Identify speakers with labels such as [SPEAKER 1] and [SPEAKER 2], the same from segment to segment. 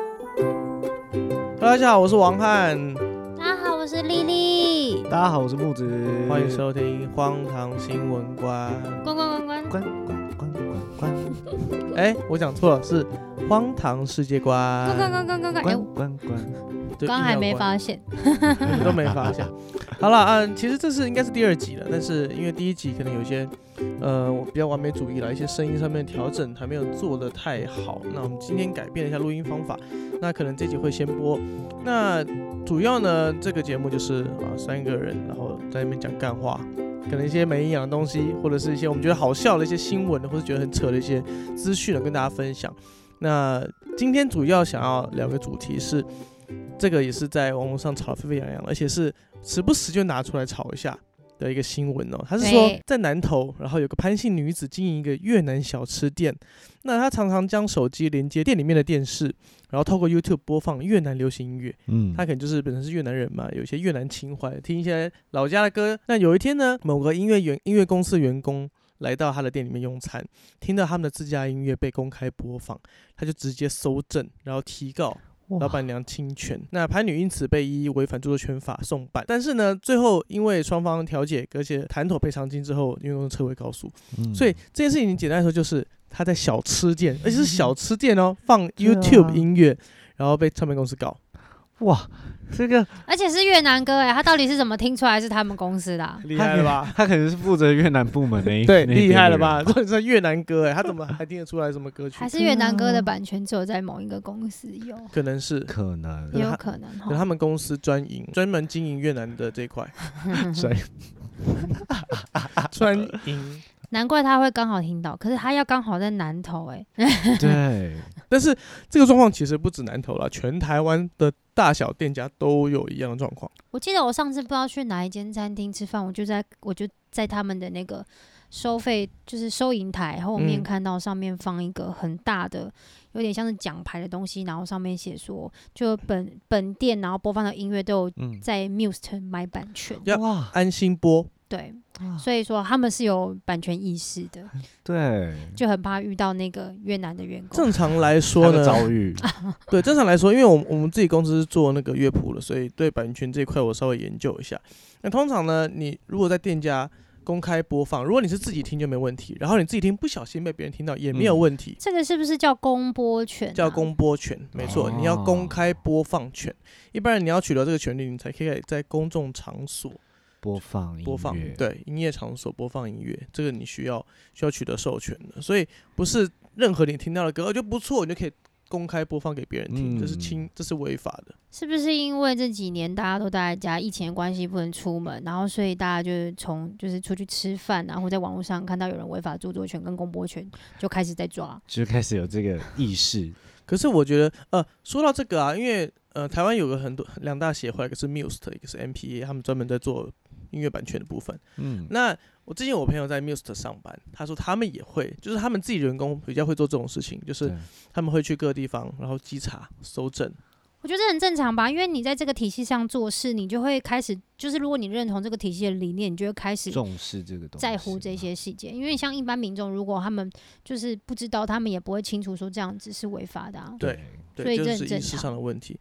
[SPEAKER 1] Hello，大家好，我是王翰，
[SPEAKER 2] 大家好，我是丽丽。
[SPEAKER 3] 大家好，我是木子，
[SPEAKER 1] 欢迎收听《荒唐新闻官》。
[SPEAKER 2] 关关关关，
[SPEAKER 3] 关关关关关
[SPEAKER 1] 哎，我讲错了，是《荒唐世界观
[SPEAKER 2] 关关》关关关关。哎，
[SPEAKER 3] 关关关，
[SPEAKER 1] 对。
[SPEAKER 2] 刚还没发现，
[SPEAKER 1] 现， 都没发现。好了，嗯，其实这是应该是第二集了，但是因为第一集可能有些，呃，我比较完美主义了，一些声音上面的调整还没有做得太好。那我们今天改变了一下录音方法，那可能这集会先播。那主要呢，这个节目就是啊，三个人然后在那边讲干话，可能一些没营养的东西，或者是一些我们觉得好笑的一些新闻，或者觉得很扯的一些资讯呢，跟大家分享。那今天主要想要聊个主题是，这个也是在网络上吵得沸沸扬扬的，而且是时不时就拿出来吵一下的一个新闻哦。他是说
[SPEAKER 2] 对
[SPEAKER 1] 在南投，然后有个潘姓女子经营一个越南小吃店，那她常常将手机连接店里面的电视，然后透过 YouTube 播放越南流行音乐。
[SPEAKER 3] 嗯
[SPEAKER 1] 他可能就是本身是越南人嘛，有一些越南情怀，听一些老家的歌。那有一天呢，某个音乐员音乐公司员工来到他的店里面用餐，听到他们的自家音乐被公开播放，他就直接搜证，然后提告
[SPEAKER 3] 哇
[SPEAKER 1] 老板娘侵权。那潘女因此被依违反著作权法送办，但是呢，最后因为双方调解，而且谈妥赔偿金之后，因为公司撤回告诉，
[SPEAKER 3] 嗯
[SPEAKER 1] 所以这件事情简单来说就是他在小吃店，而且是小吃店哦，放
[SPEAKER 3] 对啊
[SPEAKER 1] YouTube 音乐，然后被唱片公司告。
[SPEAKER 3] 哇，这个
[SPEAKER 2] 而且是越南歌哎，他到底是怎么听出来是他们公司的啊？
[SPEAKER 1] 厉
[SPEAKER 3] 害了
[SPEAKER 1] 吧？
[SPEAKER 3] 他可能是负责越南部门的一，
[SPEAKER 1] 对，
[SPEAKER 3] 那一边
[SPEAKER 1] 厉
[SPEAKER 3] 的
[SPEAKER 1] 害
[SPEAKER 3] 人啊
[SPEAKER 1] 了？吧？这是越南歌哎，他怎么还听得出来什么歌曲
[SPEAKER 2] 还？是越南歌的版权只有在某一个公司有，
[SPEAKER 1] 可能是，可
[SPEAKER 3] 可能
[SPEAKER 2] 也有可能
[SPEAKER 1] 能
[SPEAKER 2] 哈。
[SPEAKER 1] 他们公司专营，专门经营越南的这一块，
[SPEAKER 3] 所以
[SPEAKER 1] 专营。
[SPEAKER 2] 难怪他会刚好听到，可是他要刚好在南投哎，
[SPEAKER 3] 对，
[SPEAKER 1] 但是这个状况其实不止南投了，全台湾的大小店家都有一样的状况。
[SPEAKER 2] 我记得我上次不知道去哪一间餐厅吃饭，我就在我就在他们的那个收费就是收银台后面
[SPEAKER 1] 嗯
[SPEAKER 2] 看到上面放一个很大的，有点像是奖牌的东西，然后上面写说就本本店然后播放的音乐都有
[SPEAKER 3] 嗯，
[SPEAKER 2] 在 Muse 买版权，
[SPEAKER 1] 要
[SPEAKER 3] 哇，
[SPEAKER 1] 安心播，
[SPEAKER 2] 对，
[SPEAKER 1] 啊
[SPEAKER 3] 哇
[SPEAKER 2] 所以说他们是有版权意识的，
[SPEAKER 1] 嗯
[SPEAKER 3] 对，
[SPEAKER 2] 就很怕遇到那个越南的员工。
[SPEAKER 1] 正常来说
[SPEAKER 3] 他
[SPEAKER 1] 呢，
[SPEAKER 3] 的遭 遇，
[SPEAKER 1] 对，正常来说，因为我们我们自己公司是做那个乐谱的，所以对版权这一块我稍微研究一下。那通常呢，你如果在店家公开播放，如果你是自己听就没问题，然后你自己听不小心被别人听到也没有
[SPEAKER 3] 嗯
[SPEAKER 1] 问题，
[SPEAKER 2] 这个是不是叫公播权、啊？
[SPEAKER 1] 叫公播权，没错，你要公
[SPEAKER 3] 哦
[SPEAKER 1] 开播放权。一般人你要取得这个权利，你才可以在公众场所
[SPEAKER 3] 播放音
[SPEAKER 1] 播放
[SPEAKER 3] 乐，
[SPEAKER 1] 对营业场所播放音乐，这个你需要需要取得授权的，所以不是任何你听到的歌，我觉得不错，你就可以公开播放给别人听，这是
[SPEAKER 3] 嗯
[SPEAKER 1] 侵，这是违法的。
[SPEAKER 2] 是不是因为这几年大家都待在家，疫情的关系不能出门，然后所以大家就是从就是出去吃饭啊，或在网络上看到有人违法著作权跟公播权，就开始在抓。
[SPEAKER 3] 就开始有这个意识，
[SPEAKER 1] 可是我觉得，呃，说到这个啊，因为呃，台湾有个很多两大协会，一个是 Muse，一个是 MPA，他们专门在做音乐版权的部分。
[SPEAKER 3] 嗯，
[SPEAKER 1] 那我之前我朋友在 Muse 上班，他说他们也会，就是他们自己员工比较会做这种事情，就是
[SPEAKER 3] 对
[SPEAKER 1] 他们会去各地方，然后稽查、搜证。
[SPEAKER 2] 我觉得这很正常吧，因为你在这个体系上做事，你就会开始，就是如果你认同这个体系的理念，你就会开始
[SPEAKER 3] 重视这个东西，
[SPEAKER 2] 在乎这，些细节。因为像一般民众，如果他们就是不知道，他们也不会清楚说这样子是违法的、啊。
[SPEAKER 1] 对，
[SPEAKER 2] 所
[SPEAKER 1] 对，
[SPEAKER 2] 以
[SPEAKER 1] 就
[SPEAKER 2] 这很
[SPEAKER 1] 是意
[SPEAKER 2] 正
[SPEAKER 1] 识
[SPEAKER 2] 常
[SPEAKER 1] 上的问题。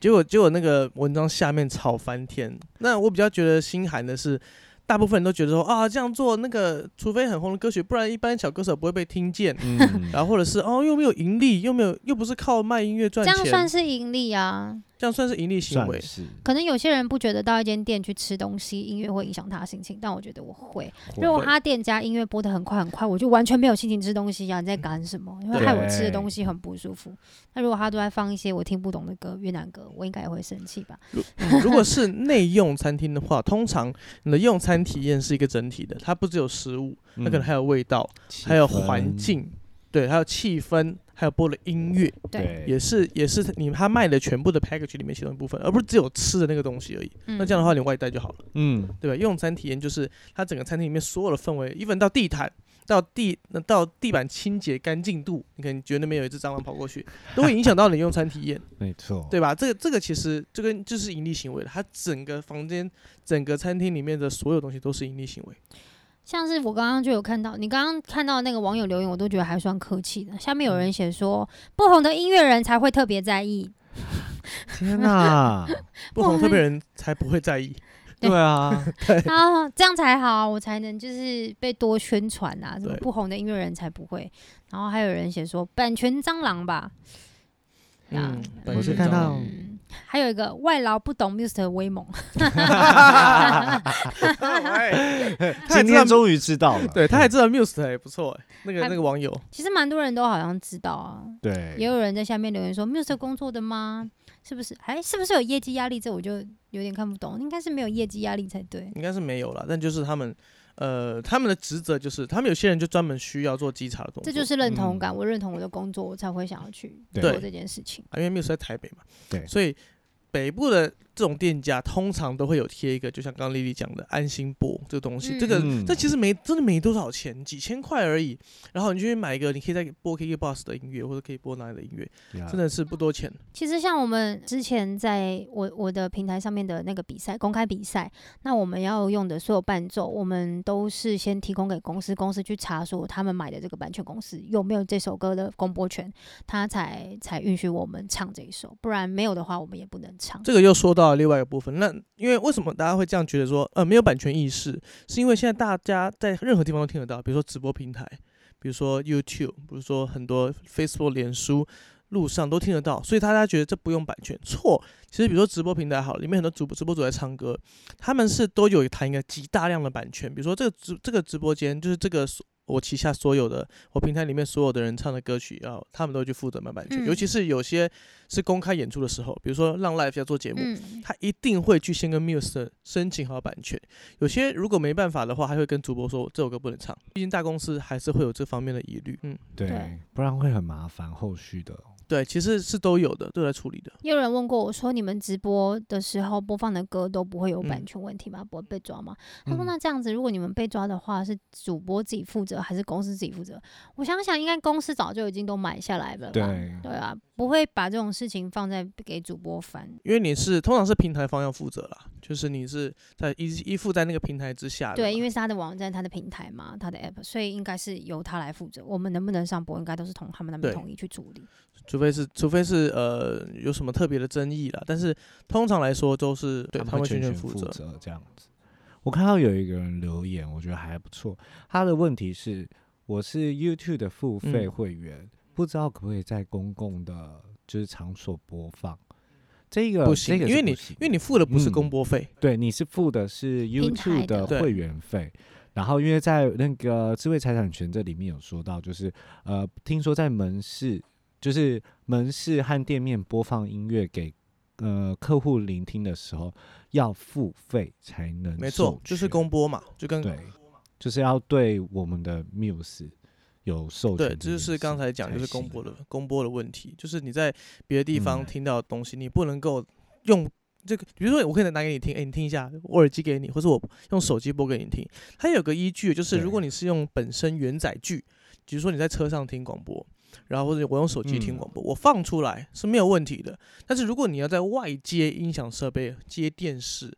[SPEAKER 1] 结果结果那个文章下面吵翻天。那我比较觉得心寒的是，大部分人都觉得说啊，这样做那个，除非很红的歌曲，不然一般小歌手不会被听见。
[SPEAKER 3] 嗯，
[SPEAKER 1] 然后或者是哦，又没有盈利，又没有，又不是靠卖音乐赚
[SPEAKER 2] 这
[SPEAKER 1] 钱，
[SPEAKER 2] 样算是盈利啊！
[SPEAKER 1] 这样算是盈利行为
[SPEAKER 3] 算。是，
[SPEAKER 2] 可能有些人不觉得到一间店去吃东西，音乐会影响他的心情，但我觉得我会。如果他店家音乐播的很快很快，我就完全没有心情吃东西呀、啊！你在赶什么？因为害我吃的东西很不舒服。那如果他都在放一些我听不懂的歌，越南歌，我应该也会生气吧？
[SPEAKER 1] 嗯如果是内用餐厅的话，通常你的用餐体验是一个整体的，它不只有食物，它
[SPEAKER 2] 嗯
[SPEAKER 3] 那
[SPEAKER 1] 可能还有味道，还有环，境，对，还有气氛，还有播的音乐，
[SPEAKER 2] 对，
[SPEAKER 1] 也是也是你他卖的全部的 package 里面其中一部分，而不是只有吃的那个东西而已。
[SPEAKER 2] 嗯
[SPEAKER 1] 那这样的话，你外带就好了，
[SPEAKER 3] 嗯，
[SPEAKER 1] 对吧？用餐体验就是它整个餐厅里面所有的氛围，even 到地毯。到地那到地板清洁干净度，你可能觉得那边有一只蟑螂跑过去，都会影响到你用餐体验。
[SPEAKER 3] 没错，
[SPEAKER 1] 对吧？这个这个其实这跟就是盈利行为了，它整个房间、整个餐厅里面的所有东西都是盈利行为。
[SPEAKER 2] 像是我刚刚就有看到，你刚刚看到那个网友留言，我都觉得还算客气的。下面有人写说，不红的音乐人才会特别 在意，
[SPEAKER 3] 天哪，
[SPEAKER 1] 不红特别人才不会在意。
[SPEAKER 3] 对 啊，
[SPEAKER 2] 啊，这样才好啊，我才能就是被多宣传啊，什么
[SPEAKER 1] 对
[SPEAKER 2] 不红的音乐人才不会。然后还有人写说版权蟑螂吧，啊
[SPEAKER 1] 嗯，
[SPEAKER 3] 我是看到
[SPEAKER 2] 嗯，还有一个外劳不懂 Mr. 威猛，
[SPEAKER 1] 还
[SPEAKER 3] 今
[SPEAKER 1] 知道
[SPEAKER 3] 天终于知道了，嗯
[SPEAKER 1] 对，他还知道 Muse 哎，不错哎，那个
[SPEAKER 2] 还
[SPEAKER 1] 那个网友，
[SPEAKER 2] 其实蛮多人都好像知道啊。
[SPEAKER 3] 对，
[SPEAKER 2] 也有人在下面留言说 Mr. 工作的吗？是不是？哎，是不是有业绩压力？这我就有点看不懂，应该是没有业绩压力才对。
[SPEAKER 1] 应该是没有了，但就是他们，呃，他们的职责就是，他们有些人就专门需要做稽查的工
[SPEAKER 2] 这
[SPEAKER 1] 作，
[SPEAKER 2] 就是认同感，我认同我的工作，我才会想要去做
[SPEAKER 1] 对
[SPEAKER 2] 这件事情。
[SPEAKER 1] 啊，因为 Muse 在台北嘛，
[SPEAKER 3] 对
[SPEAKER 1] 所以北部的这种店家通常都会有贴一个，就像刚刚丽丽讲的安心波这个东西，
[SPEAKER 2] 嗯
[SPEAKER 1] 这个
[SPEAKER 3] 嗯
[SPEAKER 1] 这其实没真的没多少钱，几千块而已，然后你就去买一个，你可以再播 KKBOX 的音乐，或者可以播哪里的音乐，真
[SPEAKER 3] 的
[SPEAKER 1] 的是不多钱，
[SPEAKER 2] 其实像我们之前在我我的平台上面的那个比赛，公开比赛，那我们要用的所有伴奏，我们都是先提供给公司，公司去查说他们买的这个版权公司有没有这首歌的公播权，他才才允许我们唱这一首，不然没有的话我们也不能唱。
[SPEAKER 1] 这个又说到了另外一个部分，那因为为什么大家会这样觉得说，呃，没有版权意识，是因为现在大家在任何地方都听得到，比如说直播平台，比如说 YouTube，比如说很多 Facebook、脸书。路上都听得到，所以大家觉得这不用版权错。其实比如说直播平台好了，里面很多主播直播主在唱歌，他们是都有谈一个极大量的版权。比如说这个直这个直播间，就是这个所我旗下所有的我平台里面所有的人唱的歌曲啊，他们都会去负责买版权。
[SPEAKER 2] 嗯
[SPEAKER 1] 尤其是有些是公开演出的时候，比如说让 Live 要做节目，
[SPEAKER 2] 嗯，
[SPEAKER 1] 他一定会去先跟 Muse 申请好版权。有些如果没办法的话，还会跟主播说这首歌不能唱，毕竟大公司还是会有这方面的疑虑。嗯，
[SPEAKER 3] 对
[SPEAKER 2] 对，
[SPEAKER 3] 不然会很麻烦后续的。
[SPEAKER 1] 对，其实是都有的，都有在处理的。
[SPEAKER 2] 也有人问过我说，你们直播的时候播放的歌都不会有版
[SPEAKER 1] 嗯
[SPEAKER 2] 权问题吗？不会被抓吗？他说
[SPEAKER 3] 嗯
[SPEAKER 2] 那这样子，如果你们被抓的话，是主播自己负责还是公司自己负责？我想想，应该公司早就已经都买下来了吧？
[SPEAKER 3] 对
[SPEAKER 2] 啊，不会把这种事情放在给主播烦。
[SPEAKER 1] 因为你是通常是平台方要负责啦，就是你是在依依附在那个平台之下的嘛。
[SPEAKER 2] 对，因为是他的网站、他的平台嘛、他的 app，所以应该是由他来负责。我们能不能上播，应该都是同他们那
[SPEAKER 1] 对
[SPEAKER 2] 边同意去处理。
[SPEAKER 1] 除非是除非是呃有什么特别的争议啦，但是通常来说都是对他
[SPEAKER 3] 们
[SPEAKER 1] 们
[SPEAKER 3] 会
[SPEAKER 1] 全
[SPEAKER 3] 全
[SPEAKER 1] 负责
[SPEAKER 3] 责。这样子。我看到有一个人留言，我觉得还不错。他的问题是，我是 YouTube 的付费
[SPEAKER 1] 嗯
[SPEAKER 3] 会员，不知道可不可以在公共的，就是场所播放。这个
[SPEAKER 1] 不行，
[SPEAKER 3] 这个是
[SPEAKER 1] 因为你
[SPEAKER 3] 不行
[SPEAKER 1] 因为你付的不是
[SPEAKER 3] 嗯
[SPEAKER 1] 公播费，
[SPEAKER 3] 对，你是付的是
[SPEAKER 2] 平台
[SPEAKER 3] YouTube
[SPEAKER 2] 的
[SPEAKER 3] 的
[SPEAKER 1] 对
[SPEAKER 3] 会员费。然后，因为在那个智慧财产权这里面有说到，就是呃，听说在门市，就是门市和店面播放音乐给呃客户聆听的时候，要付费才能
[SPEAKER 1] 没
[SPEAKER 3] 授
[SPEAKER 1] 错，就是
[SPEAKER 3] 权
[SPEAKER 1] 公播嘛，就跟
[SPEAKER 3] 对，就是要对我们的 Muse 有授
[SPEAKER 1] 对，
[SPEAKER 3] 权这
[SPEAKER 1] 这就
[SPEAKER 3] 件
[SPEAKER 1] 是刚
[SPEAKER 3] 事
[SPEAKER 1] 才讲，就是公
[SPEAKER 3] 行
[SPEAKER 1] 播的公播的问题，就是你在别的地方
[SPEAKER 3] 嗯
[SPEAKER 1] 听到的东西，你不能够用这个，比如说我可以拿给你听，哎，你听一下，我耳机给你，或者我用手机播给你听。它有个依据，就是如果
[SPEAKER 3] 对
[SPEAKER 1] 你是用本身原载具，比如说你在车上听广播。然后或者我用手机听
[SPEAKER 3] 嗯
[SPEAKER 1] 广播，我放出来是没有问题的。但是如果你要在外接音响设备、接电视，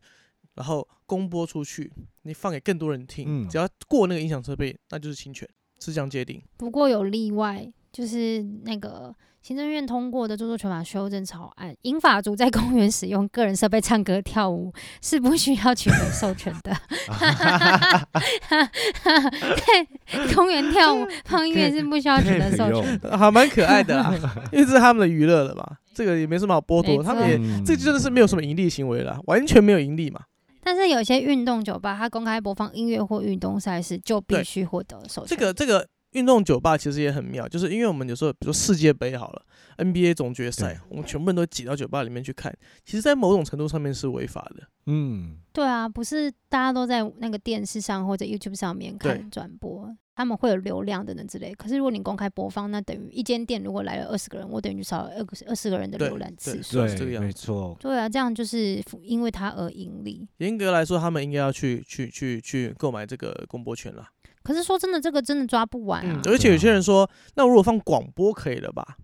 [SPEAKER 1] 然后公播出去，你放给更多人听，
[SPEAKER 3] 嗯
[SPEAKER 1] 只要过那个音响设备，那就是侵权，是这样界定。
[SPEAKER 2] 不过有例外，就是那个行政院通过的著作权法修正草案，英法族在公园使用个人设备唱歌跳舞是不需要取得授权的。 对，公园跳 舞放音乐是不需要取 得
[SPEAKER 3] 可以
[SPEAKER 2] 授
[SPEAKER 3] 不
[SPEAKER 2] 权。
[SPEAKER 3] 用
[SPEAKER 1] 还蛮可爱的啦，因为这是他们的娱乐了嘛，这个也没什么好剥
[SPEAKER 2] 没
[SPEAKER 1] 夺，
[SPEAKER 2] 错
[SPEAKER 1] 他们也
[SPEAKER 3] 嗯
[SPEAKER 1] 这真的是没有什么盈利行为啦，完全没有盈利嘛。
[SPEAKER 2] 但是有些运动酒吧，它公开播放音乐或运动赛事就必
[SPEAKER 1] 对
[SPEAKER 2] 须获得授
[SPEAKER 1] 这
[SPEAKER 2] 权。
[SPEAKER 1] 个这个运动酒吧其实也很妙，就是因为我们有时候比如说世界杯好了，NBA 总决赛
[SPEAKER 3] 对，
[SPEAKER 1] 我们全部人都挤到酒吧里面去看，其实在某种程度上面是违法的。
[SPEAKER 3] 嗯，
[SPEAKER 2] 对啊，不是大家都在那个电视上或者 YouTube 上面
[SPEAKER 1] 对
[SPEAKER 2] 看转播，他们会有流量等等之类。可是如果你公开播放，那等于一间店如果来了二十个人，我等于少了二二十个人的
[SPEAKER 1] 对
[SPEAKER 2] 浏览次
[SPEAKER 1] 对
[SPEAKER 2] 数。
[SPEAKER 1] 是这个
[SPEAKER 3] 对，
[SPEAKER 1] 样
[SPEAKER 3] 没
[SPEAKER 1] 子
[SPEAKER 3] 错，
[SPEAKER 2] 对啊，这样就是因为它而盈利。
[SPEAKER 1] 严格来说，他们应该要去去去去购买这个公播权啦。
[SPEAKER 2] 可是说真的，这个真的抓不完啊。
[SPEAKER 1] 嗯而且有些人说，那如果放广播可以了吧？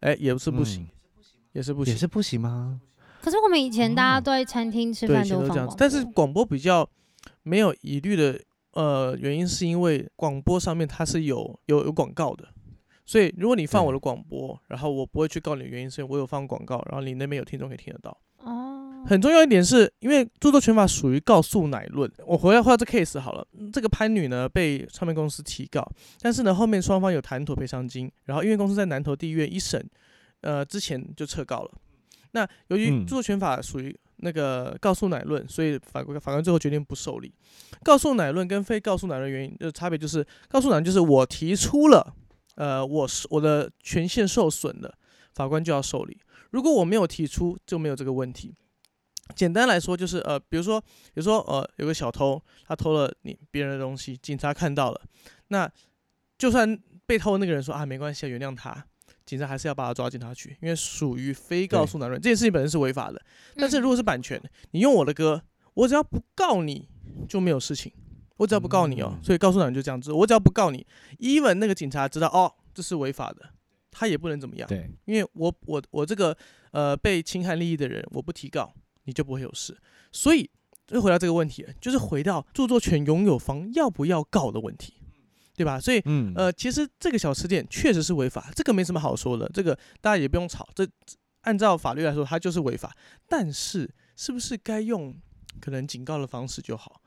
[SPEAKER 1] 哎，也不是不行
[SPEAKER 3] 嗯，，
[SPEAKER 1] 也是不
[SPEAKER 3] 也
[SPEAKER 1] 行。
[SPEAKER 3] 是不行吗？
[SPEAKER 2] 可是我们以前大家
[SPEAKER 3] 哦
[SPEAKER 2] 都在餐厅吃
[SPEAKER 1] 对，
[SPEAKER 2] 饭
[SPEAKER 1] 以前
[SPEAKER 2] 都
[SPEAKER 1] 都这
[SPEAKER 2] 放
[SPEAKER 1] 样子
[SPEAKER 2] 网，
[SPEAKER 1] 但是广播比较没有疑虑的呃，原因是因为广播上面它是有有有广告的，所以如果你放我的广播，然后我不会去告你的原因是因为我有放广告，然后你那边有听众可以听得到。
[SPEAKER 2] 哦，
[SPEAKER 1] 很重要一点是因为著作权法属于告诉乃论。我回来回到这 case 好了，嗯这个潘女呢被唱片公司提告，但是呢后面双方有谈妥赔偿金，然后音乐公司在南投地院一审，呃之前就撤告了。那由于
[SPEAKER 3] 嗯
[SPEAKER 1] 著作权法属于那个告诉乃论，所以法官法官最后决定不受理。告诉乃论跟非告诉乃论原因的差别就是，告诉乃论就是我提出了，呃，我是我的权限受损了，法官就要受理。如果我没有提出，就没有这个问题。简单来说就是，呃，比如说，比如说，呃，有个小偷，他偷了你别人的东西，警察看到了，那就算被偷的那个人说啊，没关系，原谅他，警察还是要把他抓进他去，因为属于非告诉男人，这件事情本身是违法的。
[SPEAKER 2] 嗯
[SPEAKER 1] 但是如果是版权，你用我的歌，我只要不告你就没有事情，我只要不告你哦，
[SPEAKER 3] 嗯
[SPEAKER 1] 所以告诉男人就这样子，我只要不告你，even 那个警察知道哦，这是违法的，他也不能怎么样。
[SPEAKER 3] 对，
[SPEAKER 1] 因为我我我这个呃被侵害利益的人，我不提告，你就不会有事。所以又回到这个问题，就是回到著作权拥有方要不要告的问题，对吧？所以
[SPEAKER 3] 嗯，
[SPEAKER 1] 呃，其实这个小吃店确实是违法，这个没什么好说的，这个大家也不用吵。这这按照法律来说，它就是违法，但是是不是该用可能警告的方式就好，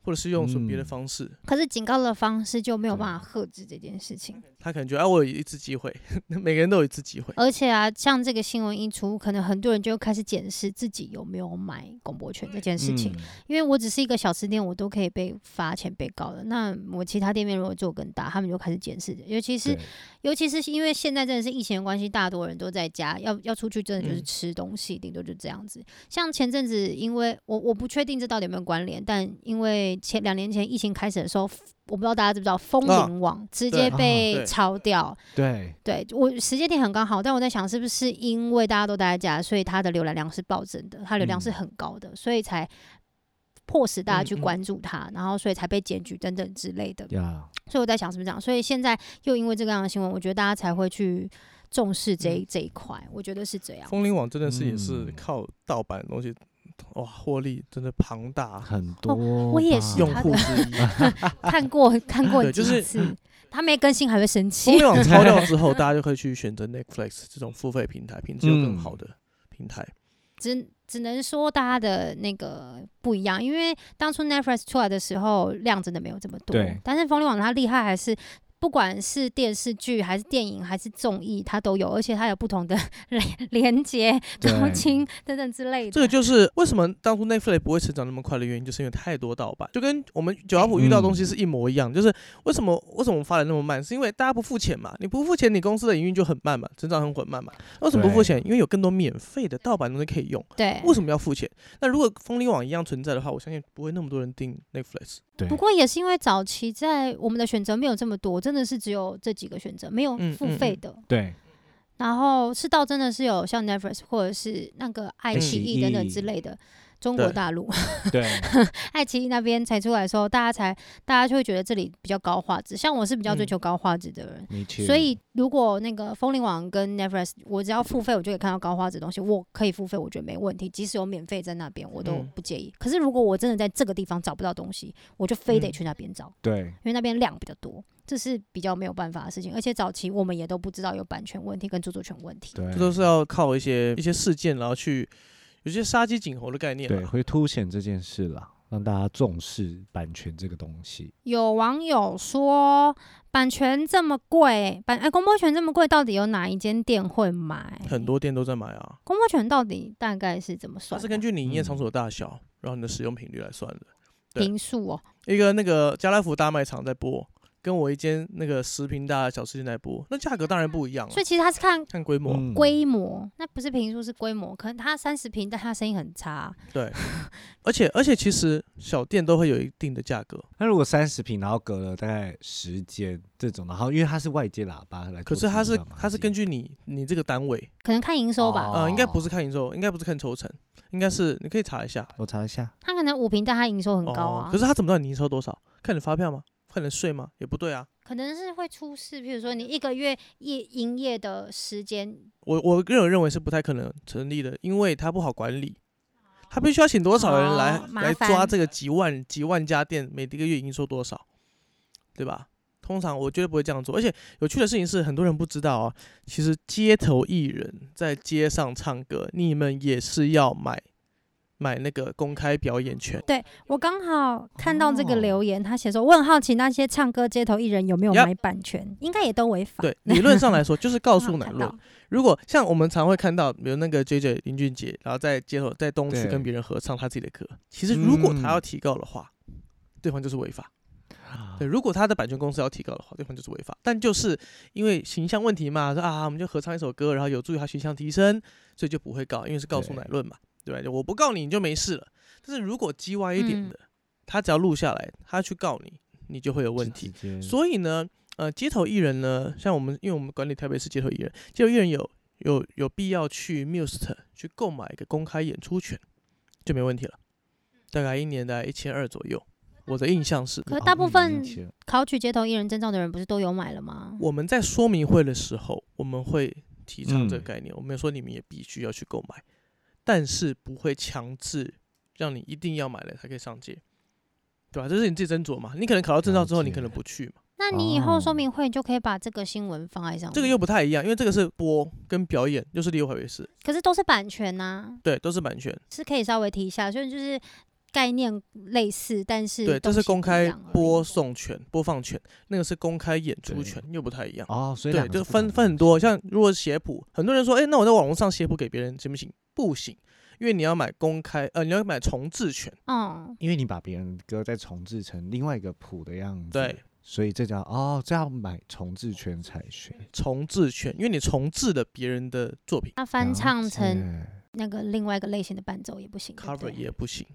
[SPEAKER 1] 或者是用什么别的
[SPEAKER 3] 嗯
[SPEAKER 1] 方式？
[SPEAKER 2] 可是警告的方式就没有办法遏制这件事情。
[SPEAKER 1] 他可能觉得，哎、我有一次机会， 每个人都有一次机会。
[SPEAKER 2] 而且啊，像这个新闻一出，可能很多人就开始检视自己有没有买广播权这件事情。
[SPEAKER 3] 嗯，
[SPEAKER 2] 因为我只是一个小吃店，我都可以被罚钱被告了。那我其他店面如果做更大，他们就开始检视，尤其是
[SPEAKER 3] 对
[SPEAKER 2] 尤其是因为现在真的是疫情的关系，大多人都在家，要要出去真的就是
[SPEAKER 1] 嗯
[SPEAKER 2] 吃东西，顶、多就这样子。像前阵子，因为我我不确定这到底有没有关联，但因为前两年前疫情开始的时候，我不知道大家知不知道，风
[SPEAKER 1] 啊
[SPEAKER 2] 铃网、直
[SPEAKER 1] 对
[SPEAKER 2] 接
[SPEAKER 3] 啊
[SPEAKER 2] 被
[SPEAKER 1] 对
[SPEAKER 2] 抄掉。
[SPEAKER 3] 对，
[SPEAKER 2] 对我时间点很刚好，但我在想是不是因为大家都待在家，所以它的浏览量是暴增的，它流量是
[SPEAKER 3] 嗯
[SPEAKER 2] 很高的，所以才迫使大家
[SPEAKER 1] 嗯
[SPEAKER 2] 去
[SPEAKER 1] 嗯
[SPEAKER 2] 关注它，然后所以才被检举等等之类的。
[SPEAKER 3] 呀，
[SPEAKER 2] 所以我在想是不是这样，所以现在又因为这个样的新闻，我觉得大家才会去重视这一、这一块，我觉得是这样。
[SPEAKER 1] 嗯风铃网真的是也是
[SPEAKER 3] 嗯
[SPEAKER 1] 靠盗版的东西，哇，获利真的庞大，
[SPEAKER 3] 很多吧，
[SPEAKER 2] 我也是
[SPEAKER 1] 用
[SPEAKER 2] 它
[SPEAKER 1] 户
[SPEAKER 2] 的
[SPEAKER 1] 之 一。
[SPEAKER 2] 看过看 过
[SPEAKER 1] 对
[SPEAKER 2] 几
[SPEAKER 1] 就是
[SPEAKER 2] 次，他没更新还会生
[SPEAKER 1] 风
[SPEAKER 2] 气
[SPEAKER 1] 铃。网抄掉之后，大家就可以去选择 Netflix 这种付费平台，品质又更好的平台。
[SPEAKER 2] 只只能说大家的那个不一样，因为当初 Netflix 出来的时候量真的没有这么多
[SPEAKER 3] 对，
[SPEAKER 2] 但是风铃网它厉害还是。不管是电视剧还是电影还是综艺，它都有，而且它有不同的 连连接、高
[SPEAKER 3] 对
[SPEAKER 2] 清等等之类的。
[SPEAKER 1] 这个就是为什么当初 Netflix 不会成长那么快的原因，就是因为太多盗版，就跟我们九幺五遇到的东西是一模一样。就是为什么为什么我们发展那么慢，是因为大家不付钱嘛？你不付钱，你公司的营运就很慢嘛，成长很缓慢嘛。为什么不付钱？因为有更多免费的盗版东西可以用，
[SPEAKER 2] 对，
[SPEAKER 1] 为什么要付钱？那如果风铃网一样存在的话，我相信不会那么多人订 Netflix。
[SPEAKER 3] 对，
[SPEAKER 2] 不过也是因为早期在我们的选择没有这么多，真的是只有这几个选择，没有
[SPEAKER 1] 嗯
[SPEAKER 2] 付费的。
[SPEAKER 3] 对，
[SPEAKER 2] 然后是到真的是有像 Netflix 或者是那个爱奇艺等等之类的，中国大陆
[SPEAKER 3] 对，
[SPEAKER 2] 爱奇艺那边才出来的时候，大家才大家就会觉得这里比较高画质。像我是比较
[SPEAKER 1] 嗯
[SPEAKER 2] 追求高画质的人，
[SPEAKER 3] 你去，
[SPEAKER 2] 所以如果那个风铃网跟 Netflix，我只要付费，我就可以看到高画质的东西，我可以付费，我觉得没问题。即使有免费在那边，我都
[SPEAKER 1] 嗯
[SPEAKER 2] 不介意。可是如果我真的在这个地方找不到东西，我就非得
[SPEAKER 1] 嗯
[SPEAKER 2] 去那边找。
[SPEAKER 3] 对，
[SPEAKER 2] 因为那边量比较多，这是比较没有办法的事情。而且早期我们也都不知道有版权问题跟著作权问题。
[SPEAKER 3] 对，
[SPEAKER 1] 这都是要靠一些一些事件，然后去有些杀鸡儆猴的概念啊
[SPEAKER 3] 对，
[SPEAKER 1] 啦。
[SPEAKER 3] 会凸显这件事啦，让大家重视版权这个东西。
[SPEAKER 2] 有网友说，版权这么贵，版哎公播权这么贵，到底有哪一间店会买？
[SPEAKER 1] 很多店都在买啊，
[SPEAKER 2] 公播权到底大概是怎么
[SPEAKER 1] 它
[SPEAKER 2] 算
[SPEAKER 1] 是
[SPEAKER 2] 的？
[SPEAKER 1] 根据你营业
[SPEAKER 3] 嗯
[SPEAKER 1] 场所的大小，然后你的使用频率来算的。对嗯
[SPEAKER 2] 平数哦，
[SPEAKER 1] 一个那个家乐福大卖场在播，跟我一间那个十平大的小吃店在播，那价格当然不一样了
[SPEAKER 2] 所，以其实他是看
[SPEAKER 1] 看规模。
[SPEAKER 3] 嗯
[SPEAKER 2] 规模，那不是平数是规模，可能他三十平，但他生意很差，
[SPEAKER 1] 而且而且其实小店都会有一定的价格，
[SPEAKER 3] 那如果三十平，然后隔了大概十间这种，然后因为它是外接喇叭来做
[SPEAKER 1] 可
[SPEAKER 3] 自己
[SPEAKER 1] 是
[SPEAKER 3] 的
[SPEAKER 1] 它
[SPEAKER 3] 马街，
[SPEAKER 1] 是它是根据你你这个单位，
[SPEAKER 2] 可能看营收吧。
[SPEAKER 3] 哦
[SPEAKER 1] 呃，应该不是看营收，应该不是看抽成，应该是你可以查一下。
[SPEAKER 3] 我查一下，
[SPEAKER 2] 他可能五平，但他营收很高
[SPEAKER 1] 哦，
[SPEAKER 2] 啊。
[SPEAKER 1] 可是他怎么知道你营收多少？看你发票吗？看你的税吗？也不对啊。
[SPEAKER 2] 可能是会出事，譬如说你一个月业营业的时间，
[SPEAKER 1] 我我个人认为是不太可能成立的，因为它不好管理，他必须要请多少人来、
[SPEAKER 2] 哦麻
[SPEAKER 1] 来
[SPEAKER 2] 烦
[SPEAKER 1] 抓这个几万几万家店每一个月营收多少，对吧？通常我绝对不会这样做，而且有趣的事情是，很多人不知道啊。其实街头艺人在街上唱歌，你们也是要买买那个公开表演权。
[SPEAKER 2] 我刚好看到这个
[SPEAKER 3] 哦
[SPEAKER 2] 留言，他写说：“我很好奇那些唱歌街头艺人有没有
[SPEAKER 1] Yup
[SPEAKER 2] 买版权，应该也都违法。”
[SPEAKER 1] 对，理论上来说就是告
[SPEAKER 2] 告
[SPEAKER 1] 诉乃论，如果像我们常会看到，比如那个 J J 林俊杰，然后在街头在东区
[SPEAKER 3] 对
[SPEAKER 1] 跟别人合唱他自己的歌，其实如果他要
[SPEAKER 3] 嗯
[SPEAKER 1] 提告的话，对方就是违法。
[SPEAKER 3] 啊
[SPEAKER 1] 对，如果他的版权公司要提告的话，对方就是违法。但就是因为形象问题嘛，说啊，我们就合唱一首歌，然后有助于他形象提升，所以就不会告，因为是告诉
[SPEAKER 3] 对
[SPEAKER 1] 乃论嘛，对吧？就我不告你，你就没事了。但是如果叽歪一点
[SPEAKER 2] 嗯
[SPEAKER 1] 的，他只要录下来，他去告你，你就会有问题。
[SPEAKER 3] 嗯哦
[SPEAKER 1] 所以呢，呃，街头艺人呢，像我们，因为我们管理台北市街头艺人，街头艺人有有有必要去 Muse 去购买一个公开演出权，就没问题了，大概一年大概一千二左右，我的印象是。
[SPEAKER 2] 可是大
[SPEAKER 3] 嗯
[SPEAKER 2] 部分考取街头艺人证照的人不是都有买了吗？
[SPEAKER 1] 我们在说明会的时候，我们会提倡这个
[SPEAKER 3] 嗯
[SPEAKER 1] 概念，我们说你们也必须要去购买，但是不会强制让你一定要买了才可以上街，对吧？这是你自己斟酌嘛。你可能考到证照之后，
[SPEAKER 3] 了
[SPEAKER 1] 你
[SPEAKER 3] 解
[SPEAKER 1] 可能不去嘛，
[SPEAKER 2] 那你以后说
[SPEAKER 3] 哦
[SPEAKER 2] 明会就可以把这个新闻放在上面，
[SPEAKER 1] 这个又不太一样，因为这个是播跟表演，又是立回事，
[SPEAKER 2] 可是都是版权呐、
[SPEAKER 1] 对，都是版权，
[SPEAKER 2] 是可以稍微提一下，所以就是概念类似，但是
[SPEAKER 1] 对，这
[SPEAKER 2] 东
[SPEAKER 1] 是
[SPEAKER 2] 西
[SPEAKER 1] 公
[SPEAKER 2] 不一
[SPEAKER 1] 开
[SPEAKER 2] 样而已
[SPEAKER 1] 播送权、播放权，那个是公开演出
[SPEAKER 3] 对
[SPEAKER 1] 权，又不太一样。
[SPEAKER 3] 哦，所以
[SPEAKER 1] 对，
[SPEAKER 3] 两个
[SPEAKER 1] 就是
[SPEAKER 3] 不
[SPEAKER 1] 分
[SPEAKER 3] 同的
[SPEAKER 1] 分很
[SPEAKER 3] 东
[SPEAKER 1] 多。
[SPEAKER 3] 西
[SPEAKER 1] 像如果写谱，很多人说，哎、那我在网络上写谱给别人行不行？不行，因为你要买公开，呃，你要买重置权。
[SPEAKER 2] 嗯，
[SPEAKER 3] 因为你把别人的歌再重置成另外一个谱的样子，
[SPEAKER 1] 对，
[SPEAKER 3] 所以这叫哦，这要买重置权才学。
[SPEAKER 1] 重置权，因为你重置了别人的作品
[SPEAKER 2] 那翻
[SPEAKER 3] 了
[SPEAKER 2] 唱成
[SPEAKER 3] 解
[SPEAKER 2] 那个另外一个类型的伴奏也不行对不
[SPEAKER 1] ，cover
[SPEAKER 2] 啊对
[SPEAKER 1] 也不行，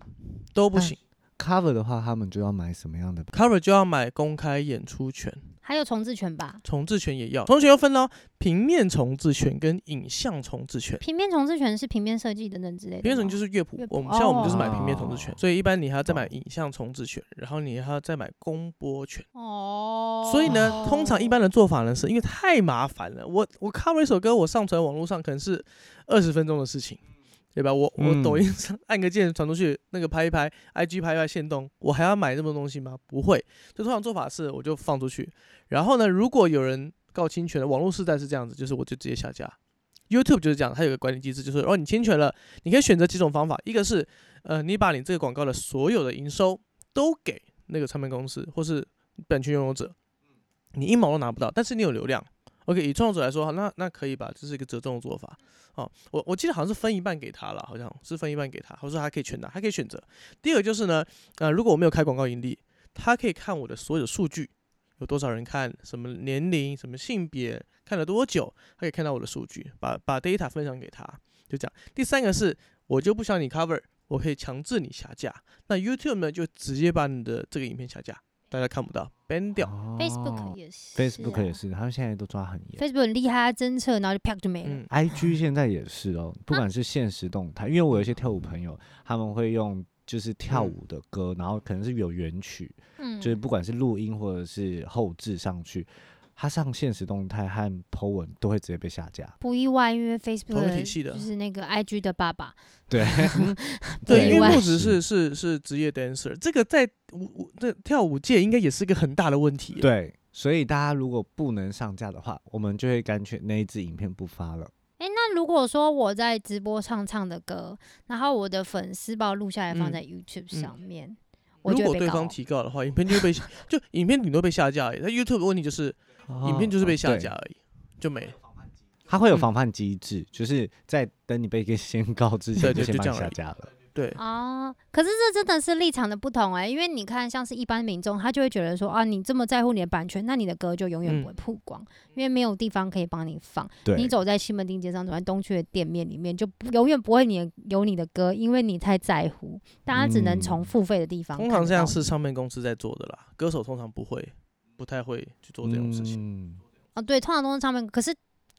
[SPEAKER 1] 都不
[SPEAKER 3] 但
[SPEAKER 1] 行。
[SPEAKER 3] cover 的话，他们就要买什么样的？
[SPEAKER 1] cover 就要买公开演出权，
[SPEAKER 2] 还有重置权吧？
[SPEAKER 1] 重置权也要。重置权又分哦，平面重置权跟影像重置权。
[SPEAKER 2] 平面重置权是平面设计等等之类的吗，
[SPEAKER 1] 平面重置就是乐谱
[SPEAKER 2] 乐，谱哦
[SPEAKER 1] 我们像我们就是买平面
[SPEAKER 3] 哦
[SPEAKER 1] 重置权，所以一般你还要再买
[SPEAKER 3] 懂
[SPEAKER 1] 影像重置权，然后你还要再买公播权。
[SPEAKER 2] 哦，
[SPEAKER 1] 所以呢，通常一般的做法呢，是因为太麻烦了。我我 cover 一首歌，我上传网络上可能是二十分钟的事情，对吧？我我
[SPEAKER 3] 嗯
[SPEAKER 1] 抖音上按个键传出去，那个拍一拍，IG 拍一拍现动，我还要买这么多东西吗？不会。所以通常做法是，我就放出去。然后呢，如果有人告侵权了，网络时代是这样子，就是我就直接下架。YouTube 就是这样，它有个管理机制，就是哦，你侵权了，你可以选择几种方法，一个是呃，你把你这个广告的所有的营收都给那个唱片公司或是版权拥有者，你一毛都拿不到，但是你有流量。OK，以创作者来说，好那那可以吧，这是一个折中的做法。哦，我我记得好像是分一半给他了，好像是分一半给他，或者说他可以全拿，他可以选择。第二个就是呢，呃，如果我没有开广告盈利，他可以看我的所有的数据，有多少人看，什么年龄，什么性别，看了多久，他可以看到我的数据，把把 data 分享给他，就这样。第三个是，我就不想你 cover，我可以强制你下架。那 YouTube 呢，就直接把你的这个影片下架，大家看不到，ban 掉。
[SPEAKER 2] Facebook
[SPEAKER 3] 哦
[SPEAKER 2] 也是
[SPEAKER 3] ，Facebook 也
[SPEAKER 2] 啊
[SPEAKER 3] 是，他们现在都抓很严。
[SPEAKER 2] Facebook 很厉害，它侦测然后就啪就没了。
[SPEAKER 1] 嗯，
[SPEAKER 3] IG 现在也是哦，不
[SPEAKER 2] 啊
[SPEAKER 3] 管是现实动态，因为我有一些跳舞朋友，他们会用就是跳
[SPEAKER 1] 嗯
[SPEAKER 3] 舞的歌，然后可能是有原曲，
[SPEAKER 2] 嗯，
[SPEAKER 3] 就是不管是录音或者是后置上去，它上现实动态和 Po 文都会直接被下架。
[SPEAKER 2] 不意外，因为
[SPEAKER 1] 同
[SPEAKER 2] Facebook
[SPEAKER 1] 一个体系的
[SPEAKER 2] 就是那个 IG 的爸爸，
[SPEAKER 3] 对
[SPEAKER 1] 对，因为
[SPEAKER 2] 意嗯外
[SPEAKER 1] 木子是是是职业 dancer，这个在舞舞这跳舞界应该也是一个很大的问题。，
[SPEAKER 3] 对，所以大家如果不能上架的话，我们就会干脆那一支影片不发了。
[SPEAKER 2] 哎、那如果说我在直播上唱的歌，然后我的粉丝把我录下来
[SPEAKER 1] 嗯
[SPEAKER 2] 放在 YouTube
[SPEAKER 1] 嗯
[SPEAKER 2] 上面，我
[SPEAKER 1] 如
[SPEAKER 2] 就
[SPEAKER 1] 果
[SPEAKER 2] 会被
[SPEAKER 1] 对
[SPEAKER 2] 告
[SPEAKER 1] 方。提告的话，影片就会被就影片顶多被下架而已。那 YouTube 的问题就是
[SPEAKER 2] 哦
[SPEAKER 1] 影片就是被下
[SPEAKER 3] 对
[SPEAKER 1] 架而已，就没了。
[SPEAKER 3] 它会有
[SPEAKER 1] 嗯
[SPEAKER 3] 防范机制，就是在等你被给先告之
[SPEAKER 1] 对
[SPEAKER 3] 前，
[SPEAKER 1] 对
[SPEAKER 3] 先
[SPEAKER 1] 就
[SPEAKER 3] 把
[SPEAKER 1] 这样
[SPEAKER 3] 你
[SPEAKER 1] 而
[SPEAKER 3] 下
[SPEAKER 1] 已
[SPEAKER 3] 架了。
[SPEAKER 1] 对，
[SPEAKER 2] 哦，可是这真的是立场的不同哎、因为你看，像是一般民众，他就会觉得说啊，你这么在乎你的版权，那你的歌就永
[SPEAKER 1] 嗯
[SPEAKER 2] 远不会曝光，因为没有地方可以帮你放。
[SPEAKER 3] 对，
[SPEAKER 2] 你走在西门町街上，走在东区的店面里面，就不永远不会你的有你的歌，因为你太在乎，大家只能从
[SPEAKER 3] 嗯
[SPEAKER 2] 付费的地方看
[SPEAKER 1] 通
[SPEAKER 2] 得到
[SPEAKER 1] 常
[SPEAKER 2] 你。
[SPEAKER 1] 这样是唱片公司在做的啦，歌
[SPEAKER 2] 嗯
[SPEAKER 1] 手通常不会，不太会去做这种事情。
[SPEAKER 3] 情。
[SPEAKER 2] 哦，对，通常都是唱片，可是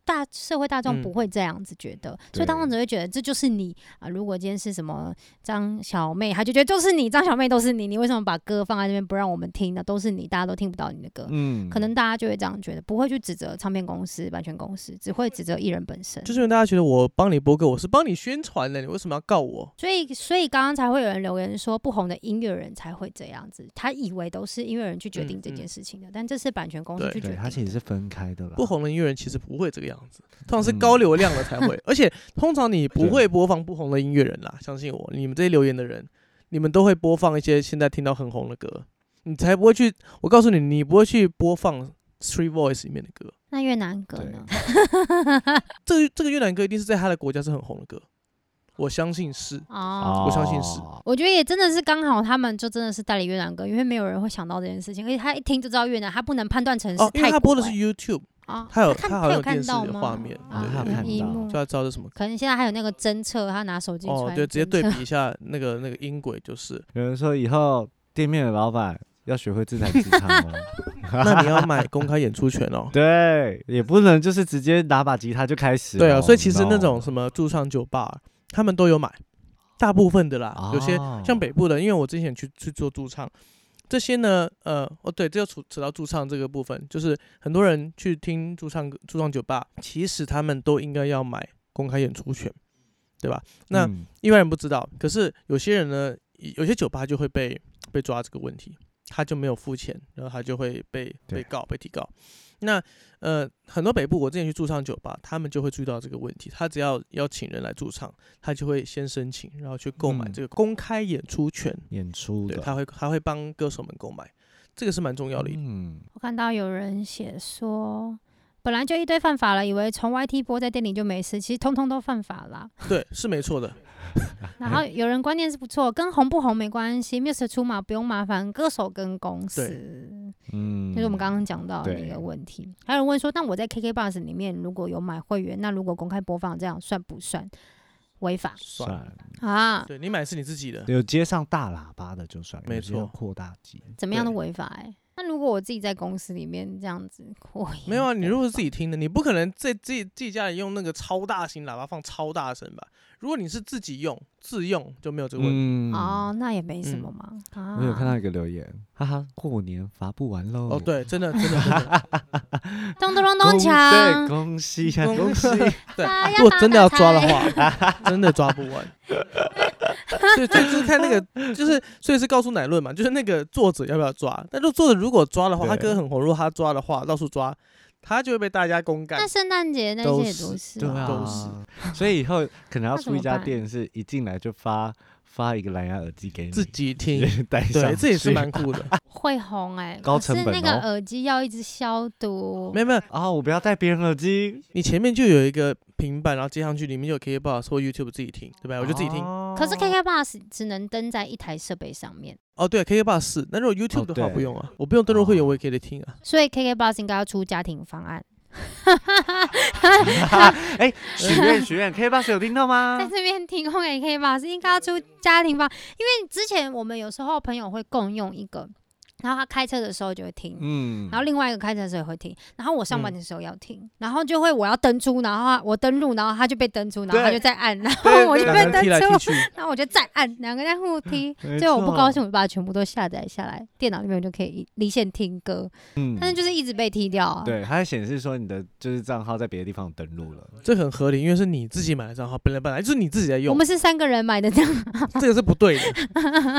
[SPEAKER 2] 大社会大众不
[SPEAKER 1] 嗯
[SPEAKER 2] 会这样子觉得，所以大众只会觉得这就是你啊。如果今天是什么张小妹，他就觉得就是你，张小妹都是你，你为什么把歌放在那边不让我们听呢？都是你，大家都听不到你的歌。
[SPEAKER 3] 嗯，
[SPEAKER 2] 可能大家就会这样觉得，不会去指责唱片公司、版权公司，只会指责艺人本身。
[SPEAKER 1] 就是因为大家觉得我帮你播歌，我是帮你宣传的，你为什么要告我？
[SPEAKER 2] 所以，所以刚刚才会有人留言说，不红的音乐人才会这样子，他以为都是音乐人去决定这件事情的，但这是版权公司
[SPEAKER 1] 对
[SPEAKER 2] 去决
[SPEAKER 3] 对，
[SPEAKER 2] 定
[SPEAKER 3] 它其实
[SPEAKER 2] 的。
[SPEAKER 3] 是分开的啦。
[SPEAKER 1] 不红的音乐人其实不会这个样子，通常是
[SPEAKER 3] 嗯
[SPEAKER 1] 高流量了才 会，而且通常你不
[SPEAKER 3] 对
[SPEAKER 1] 会播放不红的音乐人啦，相信我，你们这些留言的人，你们都会播放一些现在听到很红的歌，你才不会去，我告诉你，你不会去播放 Three Voice 里面的歌，
[SPEAKER 2] 那越南歌呢？
[SPEAKER 1] 这个这个越南歌一定是在他的国家是很红的歌，我相信是，
[SPEAKER 2] 哦。
[SPEAKER 1] 我相信是
[SPEAKER 3] 哦
[SPEAKER 2] 我觉得也真的是刚好，他们就真的是代理越南歌，因为没有人会想到这件事情，而且他一听就知道越南，他不能判断成是
[SPEAKER 1] 哦，因为
[SPEAKER 2] 泰
[SPEAKER 1] 他播
[SPEAKER 2] 国
[SPEAKER 1] 的是
[SPEAKER 2] 欸
[SPEAKER 1] YouTube，
[SPEAKER 2] 啊，
[SPEAKER 1] 他有
[SPEAKER 2] 看
[SPEAKER 1] 他好像
[SPEAKER 2] 他有
[SPEAKER 1] 有
[SPEAKER 2] 看
[SPEAKER 1] 电视
[SPEAKER 2] 到
[SPEAKER 1] 有
[SPEAKER 2] 吗？
[SPEAKER 1] 画面
[SPEAKER 2] 啊
[SPEAKER 3] 对他有看
[SPEAKER 2] 荧
[SPEAKER 3] 到
[SPEAKER 2] 幕
[SPEAKER 1] 就要知道这是什么歌。
[SPEAKER 2] 可能现在还有那个侦测，他拿手机出
[SPEAKER 1] 哦
[SPEAKER 2] 来，
[SPEAKER 1] 对，直接
[SPEAKER 2] 侦
[SPEAKER 1] 对
[SPEAKER 2] 测
[SPEAKER 1] 比一下那个那个音轨 就是，
[SPEAKER 3] 有人说以后店面的老板要学会自弹自唱哦。。
[SPEAKER 1] 那你要买公开演出权哦
[SPEAKER 3] 对，也不能就是直接拿把吉他就开始哦。
[SPEAKER 1] 对啊，所以其实那
[SPEAKER 3] no
[SPEAKER 1] 种什么驻唱酒吧，他们都有买，大部分的啦，有些
[SPEAKER 3] 哦
[SPEAKER 1] 像北部的，因为我之前去去做驻唱，这些呢，呃，哦对，这就扯扯到驻唱这个部分，就是很多人去听驻唱歌驻唱酒吧，其实他们都应该要买公开演出权，对吧？那
[SPEAKER 3] 嗯
[SPEAKER 1] 一般人不知道，可是有些人呢，有些酒吧就会被被抓这个问题，他就没有付钱，然后他就会被
[SPEAKER 3] 对
[SPEAKER 1] 被告被提告。那呃，很多北部我之前去驻唱酒吧，他们就会注意到这个问题。他只要邀请人来驻唱，他就会先申请，然后去购买
[SPEAKER 3] 嗯
[SPEAKER 1] 这个公开演出权。
[SPEAKER 3] 演出
[SPEAKER 1] 对，
[SPEAKER 3] 的，
[SPEAKER 1] 他会他会帮歌手们购买，这个是蛮重要的一。
[SPEAKER 3] 嗯，
[SPEAKER 2] 我看到有人写说，本来就一堆犯法了，以为从 YT 播在店里就没事，其实通通都犯法啦。
[SPEAKER 3] 嗯
[SPEAKER 1] 对，是没错的。
[SPEAKER 2] 然后有人观念是不错，跟红不红没关系，Mr 出马不用麻烦歌手跟公司，
[SPEAKER 3] 嗯，
[SPEAKER 2] 就是我们刚刚讲到的那
[SPEAKER 3] 对
[SPEAKER 2] 个问题。还有人问说，那我在 KK Bus 里面如果有买会员，那如果公开播放这样算不算违法
[SPEAKER 3] 算
[SPEAKER 2] 啊？
[SPEAKER 1] 对你买是你自己的，
[SPEAKER 3] 有接上大喇叭的就算，有
[SPEAKER 1] 没
[SPEAKER 3] 些要
[SPEAKER 1] 错
[SPEAKER 3] 扩大机，
[SPEAKER 2] 怎么样的
[SPEAKER 1] 对
[SPEAKER 2] 违法、欸？那如果我自己在公司里面这样子扩音，
[SPEAKER 1] 没有啊，你如果是自己听的，你不可能在自己自己家里用那个超大型喇叭放超大声吧？如果你是自己用自用就没有这个问题。
[SPEAKER 3] 嗯
[SPEAKER 2] 哦，那也没什么
[SPEAKER 1] 嗯
[SPEAKER 2] 嘛。
[SPEAKER 3] 我有看
[SPEAKER 2] 啊
[SPEAKER 3] 到一个留言，哈哈，过年罚不完喽。
[SPEAKER 1] 哦，对，真的真的真 的
[SPEAKER 2] 咚咚咚
[SPEAKER 3] 恭，
[SPEAKER 2] 咚锵
[SPEAKER 3] 对，，恭喜呀，
[SPEAKER 1] 恭
[SPEAKER 3] 恭
[SPEAKER 1] 喜啊
[SPEAKER 3] 喜！！啊
[SPEAKER 1] 对
[SPEAKER 2] 大，家
[SPEAKER 1] 如果真的要抓的
[SPEAKER 2] 发
[SPEAKER 1] 话，真的抓不完。所以，所以就是看那个，就是所以是告诉乃论嘛，就是那个作者要不要抓。但是作者如果抓的话，他
[SPEAKER 3] 对
[SPEAKER 1] 歌很红，如果他抓的话，到处抓，他就会被大家公干
[SPEAKER 2] 那。圣诞节那
[SPEAKER 1] 都
[SPEAKER 2] 些也
[SPEAKER 1] 是
[SPEAKER 2] 都是
[SPEAKER 3] 对
[SPEAKER 2] 啊
[SPEAKER 1] 都
[SPEAKER 3] 啊
[SPEAKER 1] 是，
[SPEAKER 3] 所以以后可能要
[SPEAKER 2] 那怎
[SPEAKER 3] 出一
[SPEAKER 2] 么
[SPEAKER 3] 家
[SPEAKER 2] 办
[SPEAKER 3] 店，是一进来就发发一个蓝牙耳机给你，
[SPEAKER 1] 自己听，
[SPEAKER 3] 戴上
[SPEAKER 1] 对，
[SPEAKER 3] 去，
[SPEAKER 1] 这也是蛮酷的。
[SPEAKER 2] 会红哎、可
[SPEAKER 3] 高成
[SPEAKER 2] 是
[SPEAKER 3] 本
[SPEAKER 2] 那个
[SPEAKER 3] 哦
[SPEAKER 2] 耳机要一直消毒
[SPEAKER 1] 没。有没有，
[SPEAKER 3] 啊！我不要戴别人耳机，
[SPEAKER 1] 你前面就有一个平板，然后接上去，里面就有 KBox 或 YouTube 自己听，对吧？我就自己听。
[SPEAKER 3] 哦
[SPEAKER 2] 可是 KK Bus 只能登在一台设备上面，
[SPEAKER 1] 哦，对，KKBox 是。那如果 YouTube 的话
[SPEAKER 3] 哦对
[SPEAKER 1] 不用啊，我不用登录会员，
[SPEAKER 3] 哦
[SPEAKER 1] 我也可以听啊。
[SPEAKER 2] 所以 KK Bus 应该要出家庭方案。
[SPEAKER 3] 哎，许愿许愿，K 八十有听到吗
[SPEAKER 2] 在？这边提供给 KK Bus 应该要出家庭方，因为之前我们有时候朋友会共用一个，然后他开车的时候就会听，
[SPEAKER 3] 嗯
[SPEAKER 2] 然后另外一个开车的时候也会听，然后我上班
[SPEAKER 1] 嗯
[SPEAKER 2] 的时候要听，然后就会我要登出，然后他我登录，然后他就被登出，然后他
[SPEAKER 3] 对
[SPEAKER 2] 就再按，然后
[SPEAKER 3] 对嗯
[SPEAKER 2] 我就
[SPEAKER 1] 两
[SPEAKER 2] 被
[SPEAKER 1] 个人
[SPEAKER 2] 登
[SPEAKER 1] 踢来
[SPEAKER 2] 出
[SPEAKER 1] 踢，去，
[SPEAKER 2] 然后我就再按，两个在互踢。
[SPEAKER 3] 没
[SPEAKER 2] 最后我不
[SPEAKER 3] 错
[SPEAKER 2] 高兴，，我就把它全部都下载下来，电脑里面我就可以离线听歌，
[SPEAKER 3] 嗯
[SPEAKER 2] 但是就是一直被踢掉啊。
[SPEAKER 3] 对，它会显示说你的就是账号在别的地方登录了，
[SPEAKER 1] 这很合理，因为是你自己买的账号，本来本来就是你自己在
[SPEAKER 2] 我
[SPEAKER 1] 用，
[SPEAKER 2] 们是三个人买的这样，
[SPEAKER 1] 这个是不对的，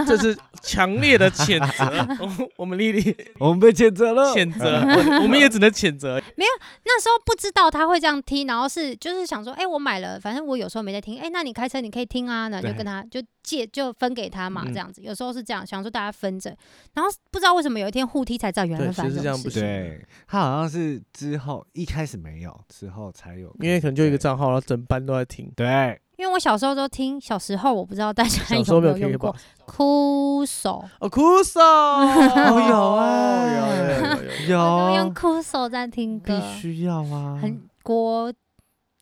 [SPEAKER 1] 这是强烈的谴责。 我我们丽丽
[SPEAKER 3] 我们被谴责了。
[SPEAKER 1] 谴责，我我们也只能谴责。
[SPEAKER 2] 那时候不知道他会这样踢，然后是就是想说，哎、我买了，反正我有时候没在听，哎、那你开车你可以听啊，那就
[SPEAKER 3] 对
[SPEAKER 2] 跟他就借就分给他嘛，
[SPEAKER 1] 嗯
[SPEAKER 2] 这样子，有时候是这样，想说大家分着，然后不知道为什么有一天互踢才知道原来
[SPEAKER 1] 对
[SPEAKER 2] 发
[SPEAKER 1] 其
[SPEAKER 2] 生
[SPEAKER 1] 实
[SPEAKER 2] 这
[SPEAKER 1] 这样
[SPEAKER 2] 种
[SPEAKER 1] 不
[SPEAKER 2] 事
[SPEAKER 1] 行
[SPEAKER 2] 情。
[SPEAKER 3] 对， 它好像是之后一开始没有，之后才有开始，
[SPEAKER 1] 因为可能就一个
[SPEAKER 3] 对
[SPEAKER 1] 账号，然后整班都在听。
[SPEAKER 3] 对，
[SPEAKER 2] 因为我小时候都听，小时候我不知道大家
[SPEAKER 1] 小时候
[SPEAKER 2] 有
[SPEAKER 1] 没
[SPEAKER 2] 没
[SPEAKER 1] 有
[SPEAKER 2] 有
[SPEAKER 1] KK
[SPEAKER 2] 用
[SPEAKER 1] b o
[SPEAKER 2] 过哭手，
[SPEAKER 1] 哦，酷手，我
[SPEAKER 3] 有啊
[SPEAKER 1] 有有有有有。
[SPEAKER 2] 我都用
[SPEAKER 3] 有
[SPEAKER 2] 哭手在听歌
[SPEAKER 3] 必，须要啊，
[SPEAKER 2] 很国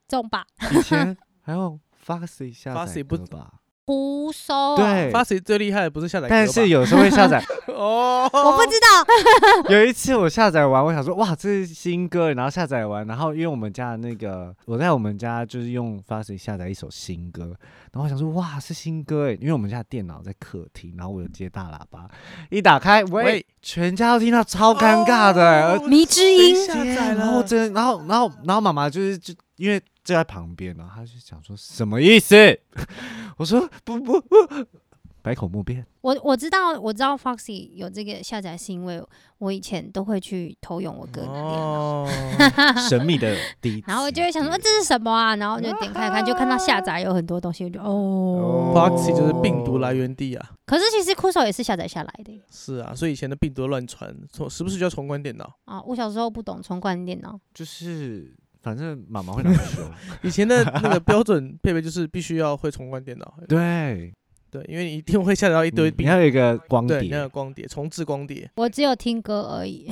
[SPEAKER 2] 中吧。
[SPEAKER 3] 以前还要 Foxy 下载
[SPEAKER 1] Foxy 不
[SPEAKER 3] 歌吧？
[SPEAKER 2] 胡说、啊，
[SPEAKER 3] 对
[SPEAKER 1] f a s t 最厉害的不是下载歌吧，
[SPEAKER 3] 但是有时候会下载。
[SPEAKER 1] 哦，
[SPEAKER 2] 我不知道。
[SPEAKER 3] 有一次我下载完，我想说哇，这是新歌，然后下载完，然后因为我们家的那个，我在我们家就是用 f a s t 下载一首新歌，然后我想说哇，是新歌哎，因为我们家的电脑在客厅，然后我有接大喇叭，一打开，喂，
[SPEAKER 1] 喂
[SPEAKER 3] 全家都听到，超尴尬的哎、而
[SPEAKER 2] 哦迷之音
[SPEAKER 1] 谁
[SPEAKER 2] 哦
[SPEAKER 1] 呃下载
[SPEAKER 3] 然后
[SPEAKER 1] 了，
[SPEAKER 3] 真的，然后然后然后妈妈就是就因为就在旁边，然后她就想说什么意思？ 我说不不不，百口莫辩。
[SPEAKER 2] 我我知道我知道 Foxy 有这个下载是因为我以前都会去偷用我哥的电脑，
[SPEAKER 1] 哦，
[SPEAKER 3] 神秘的第一
[SPEAKER 2] 然后我就会想说
[SPEAKER 3] 次
[SPEAKER 2] 这是什么啊，然后就点开看，就看到下载有很多东西，我就哦。
[SPEAKER 1] Foxy 就是病毒来源地啊，
[SPEAKER 2] 可是其实酷手也是下载下来的
[SPEAKER 1] 是啊，所以以前的病毒乱传，从时不时就要重关电脑。
[SPEAKER 2] 啊。我小时候不懂重灌电脑，
[SPEAKER 3] 就是反正妈妈会拿去修，
[SPEAKER 1] 以前的那个标准配备就是必须要会重关电脑，
[SPEAKER 3] 对，
[SPEAKER 1] 对，因为你一定会下载到一
[SPEAKER 3] 一
[SPEAKER 1] 堆
[SPEAKER 3] 你
[SPEAKER 1] 病
[SPEAKER 3] 要有一个光
[SPEAKER 1] 对，你要
[SPEAKER 3] 碟
[SPEAKER 1] 有，光碟，重置光 碟。
[SPEAKER 2] 我只有听歌而已，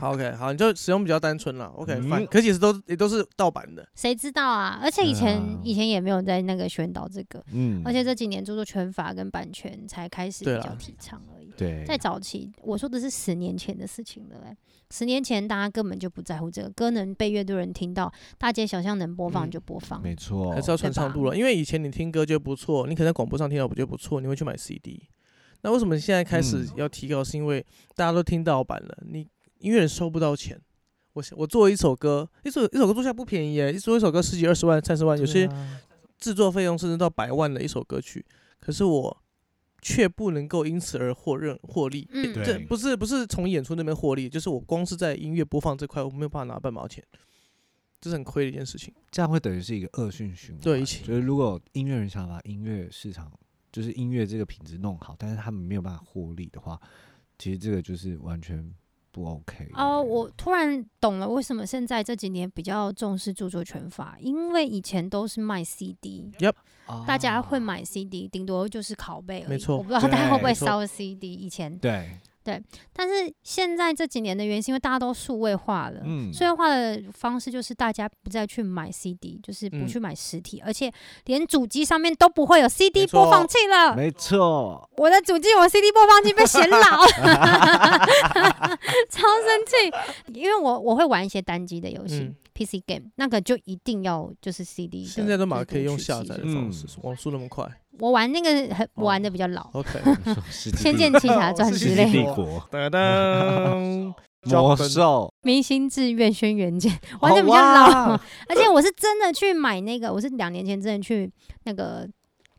[SPEAKER 1] 好，OK，好，你就使用比较单纯了，OK，
[SPEAKER 3] 嗯
[SPEAKER 1] 反、可是也是都也都是盗版的，
[SPEAKER 2] 谁知道啊？而且以前、
[SPEAKER 3] 对啊
[SPEAKER 2] 以前也没有在那个宣导这个，
[SPEAKER 3] 嗯，
[SPEAKER 2] 而且这几年著作权法跟版权才开始
[SPEAKER 1] 对
[SPEAKER 2] 比
[SPEAKER 1] 啦
[SPEAKER 2] 较提倡而已。
[SPEAKER 3] 对
[SPEAKER 2] 在早期，我说的是十年前的事情了、欸。十年前大家根本就不在乎这个，歌能被越多人听到，大街小巷能播放
[SPEAKER 1] 嗯
[SPEAKER 2] 就播放。
[SPEAKER 3] 没错
[SPEAKER 1] 还，是要传唱度了。因为以前你听歌觉得不错，你可能在广播上听到我觉得不错，你会去买 CD。那为什么现在开始
[SPEAKER 3] 嗯
[SPEAKER 1] 要提高？是因为大家都听盗版了，你音乐人收不到钱。我我做一首歌，一首一首歌做下来不便宜耶，一做一首歌十几二十万、三十万，有些
[SPEAKER 3] 对啊
[SPEAKER 1] 制作费用甚至到百万的一首歌曲，可是我却不能够因此而获任获利。
[SPEAKER 2] 嗯
[SPEAKER 3] 对
[SPEAKER 1] 这不是不是从演出那边获利，就是我光是在音乐播放这块，我没有办法拿半毛钱，这是很亏的一件事情。
[SPEAKER 3] 这样会等于是一个恶性循环。
[SPEAKER 1] 对一起
[SPEAKER 3] 就是如果音乐人想把音乐市场，就是音乐这个品质弄好，但是他们没有办法获利的话，其实这个就是完全不 OK 的。
[SPEAKER 2] 哦，我突然懂了，为什么现在这几年比较重视著作权法？因为以前都是卖 CD，
[SPEAKER 3] 啊
[SPEAKER 2] 大家会买 CD，顶多就是拷贝而已。
[SPEAKER 1] 哦没错
[SPEAKER 2] 我不知道大家会不
[SPEAKER 1] 对
[SPEAKER 2] 会
[SPEAKER 1] 没错
[SPEAKER 2] 烧 CD。以前，
[SPEAKER 3] 对，
[SPEAKER 2] 但是现在这几年的原因，是因为大家都数位化了。
[SPEAKER 3] 嗯，
[SPEAKER 2] 数位化的方式就是大家不再去买 CD，就是不
[SPEAKER 1] 嗯
[SPEAKER 2] 去买实体，而且连主机上面都不会有 CD
[SPEAKER 1] 没错
[SPEAKER 2] 播放器了。
[SPEAKER 3] 没 错，
[SPEAKER 2] 我的主机，我 CD 播放器被显老， 超生气。因为我我会玩一些单机的游戏、
[SPEAKER 1] 嗯
[SPEAKER 2] PC game，那个就一定要就是 CD 的。
[SPEAKER 1] 现在都
[SPEAKER 2] 就
[SPEAKER 1] 马
[SPEAKER 2] 是
[SPEAKER 1] 可以用
[SPEAKER 2] 读取器
[SPEAKER 1] 下载的
[SPEAKER 2] 之类
[SPEAKER 1] 方
[SPEAKER 3] 嗯
[SPEAKER 1] 式，网速那么 快。
[SPEAKER 2] 我玩那个很
[SPEAKER 1] 哦
[SPEAKER 2] 玩的比较老，
[SPEAKER 1] OK，
[SPEAKER 3] 没错世纪
[SPEAKER 2] 仙
[SPEAKER 3] 帝
[SPEAKER 2] 剑
[SPEAKER 3] 国
[SPEAKER 2] 奇侠 传》
[SPEAKER 1] 哦
[SPEAKER 2] 之
[SPEAKER 1] 世纪
[SPEAKER 2] 类的，
[SPEAKER 1] 帝
[SPEAKER 3] 帝
[SPEAKER 1] 国
[SPEAKER 3] 国、
[SPEAKER 1] 噔噔，
[SPEAKER 3] 魔
[SPEAKER 1] Jordan
[SPEAKER 3] 兽，
[SPEAKER 2] 明星志愿》《轩辕剑》
[SPEAKER 1] 哦
[SPEAKER 2] 玩的比较
[SPEAKER 3] 好啊
[SPEAKER 2] 老
[SPEAKER 3] 哇，
[SPEAKER 2] 而且我是真的去买那个，我是两年前真的去那个。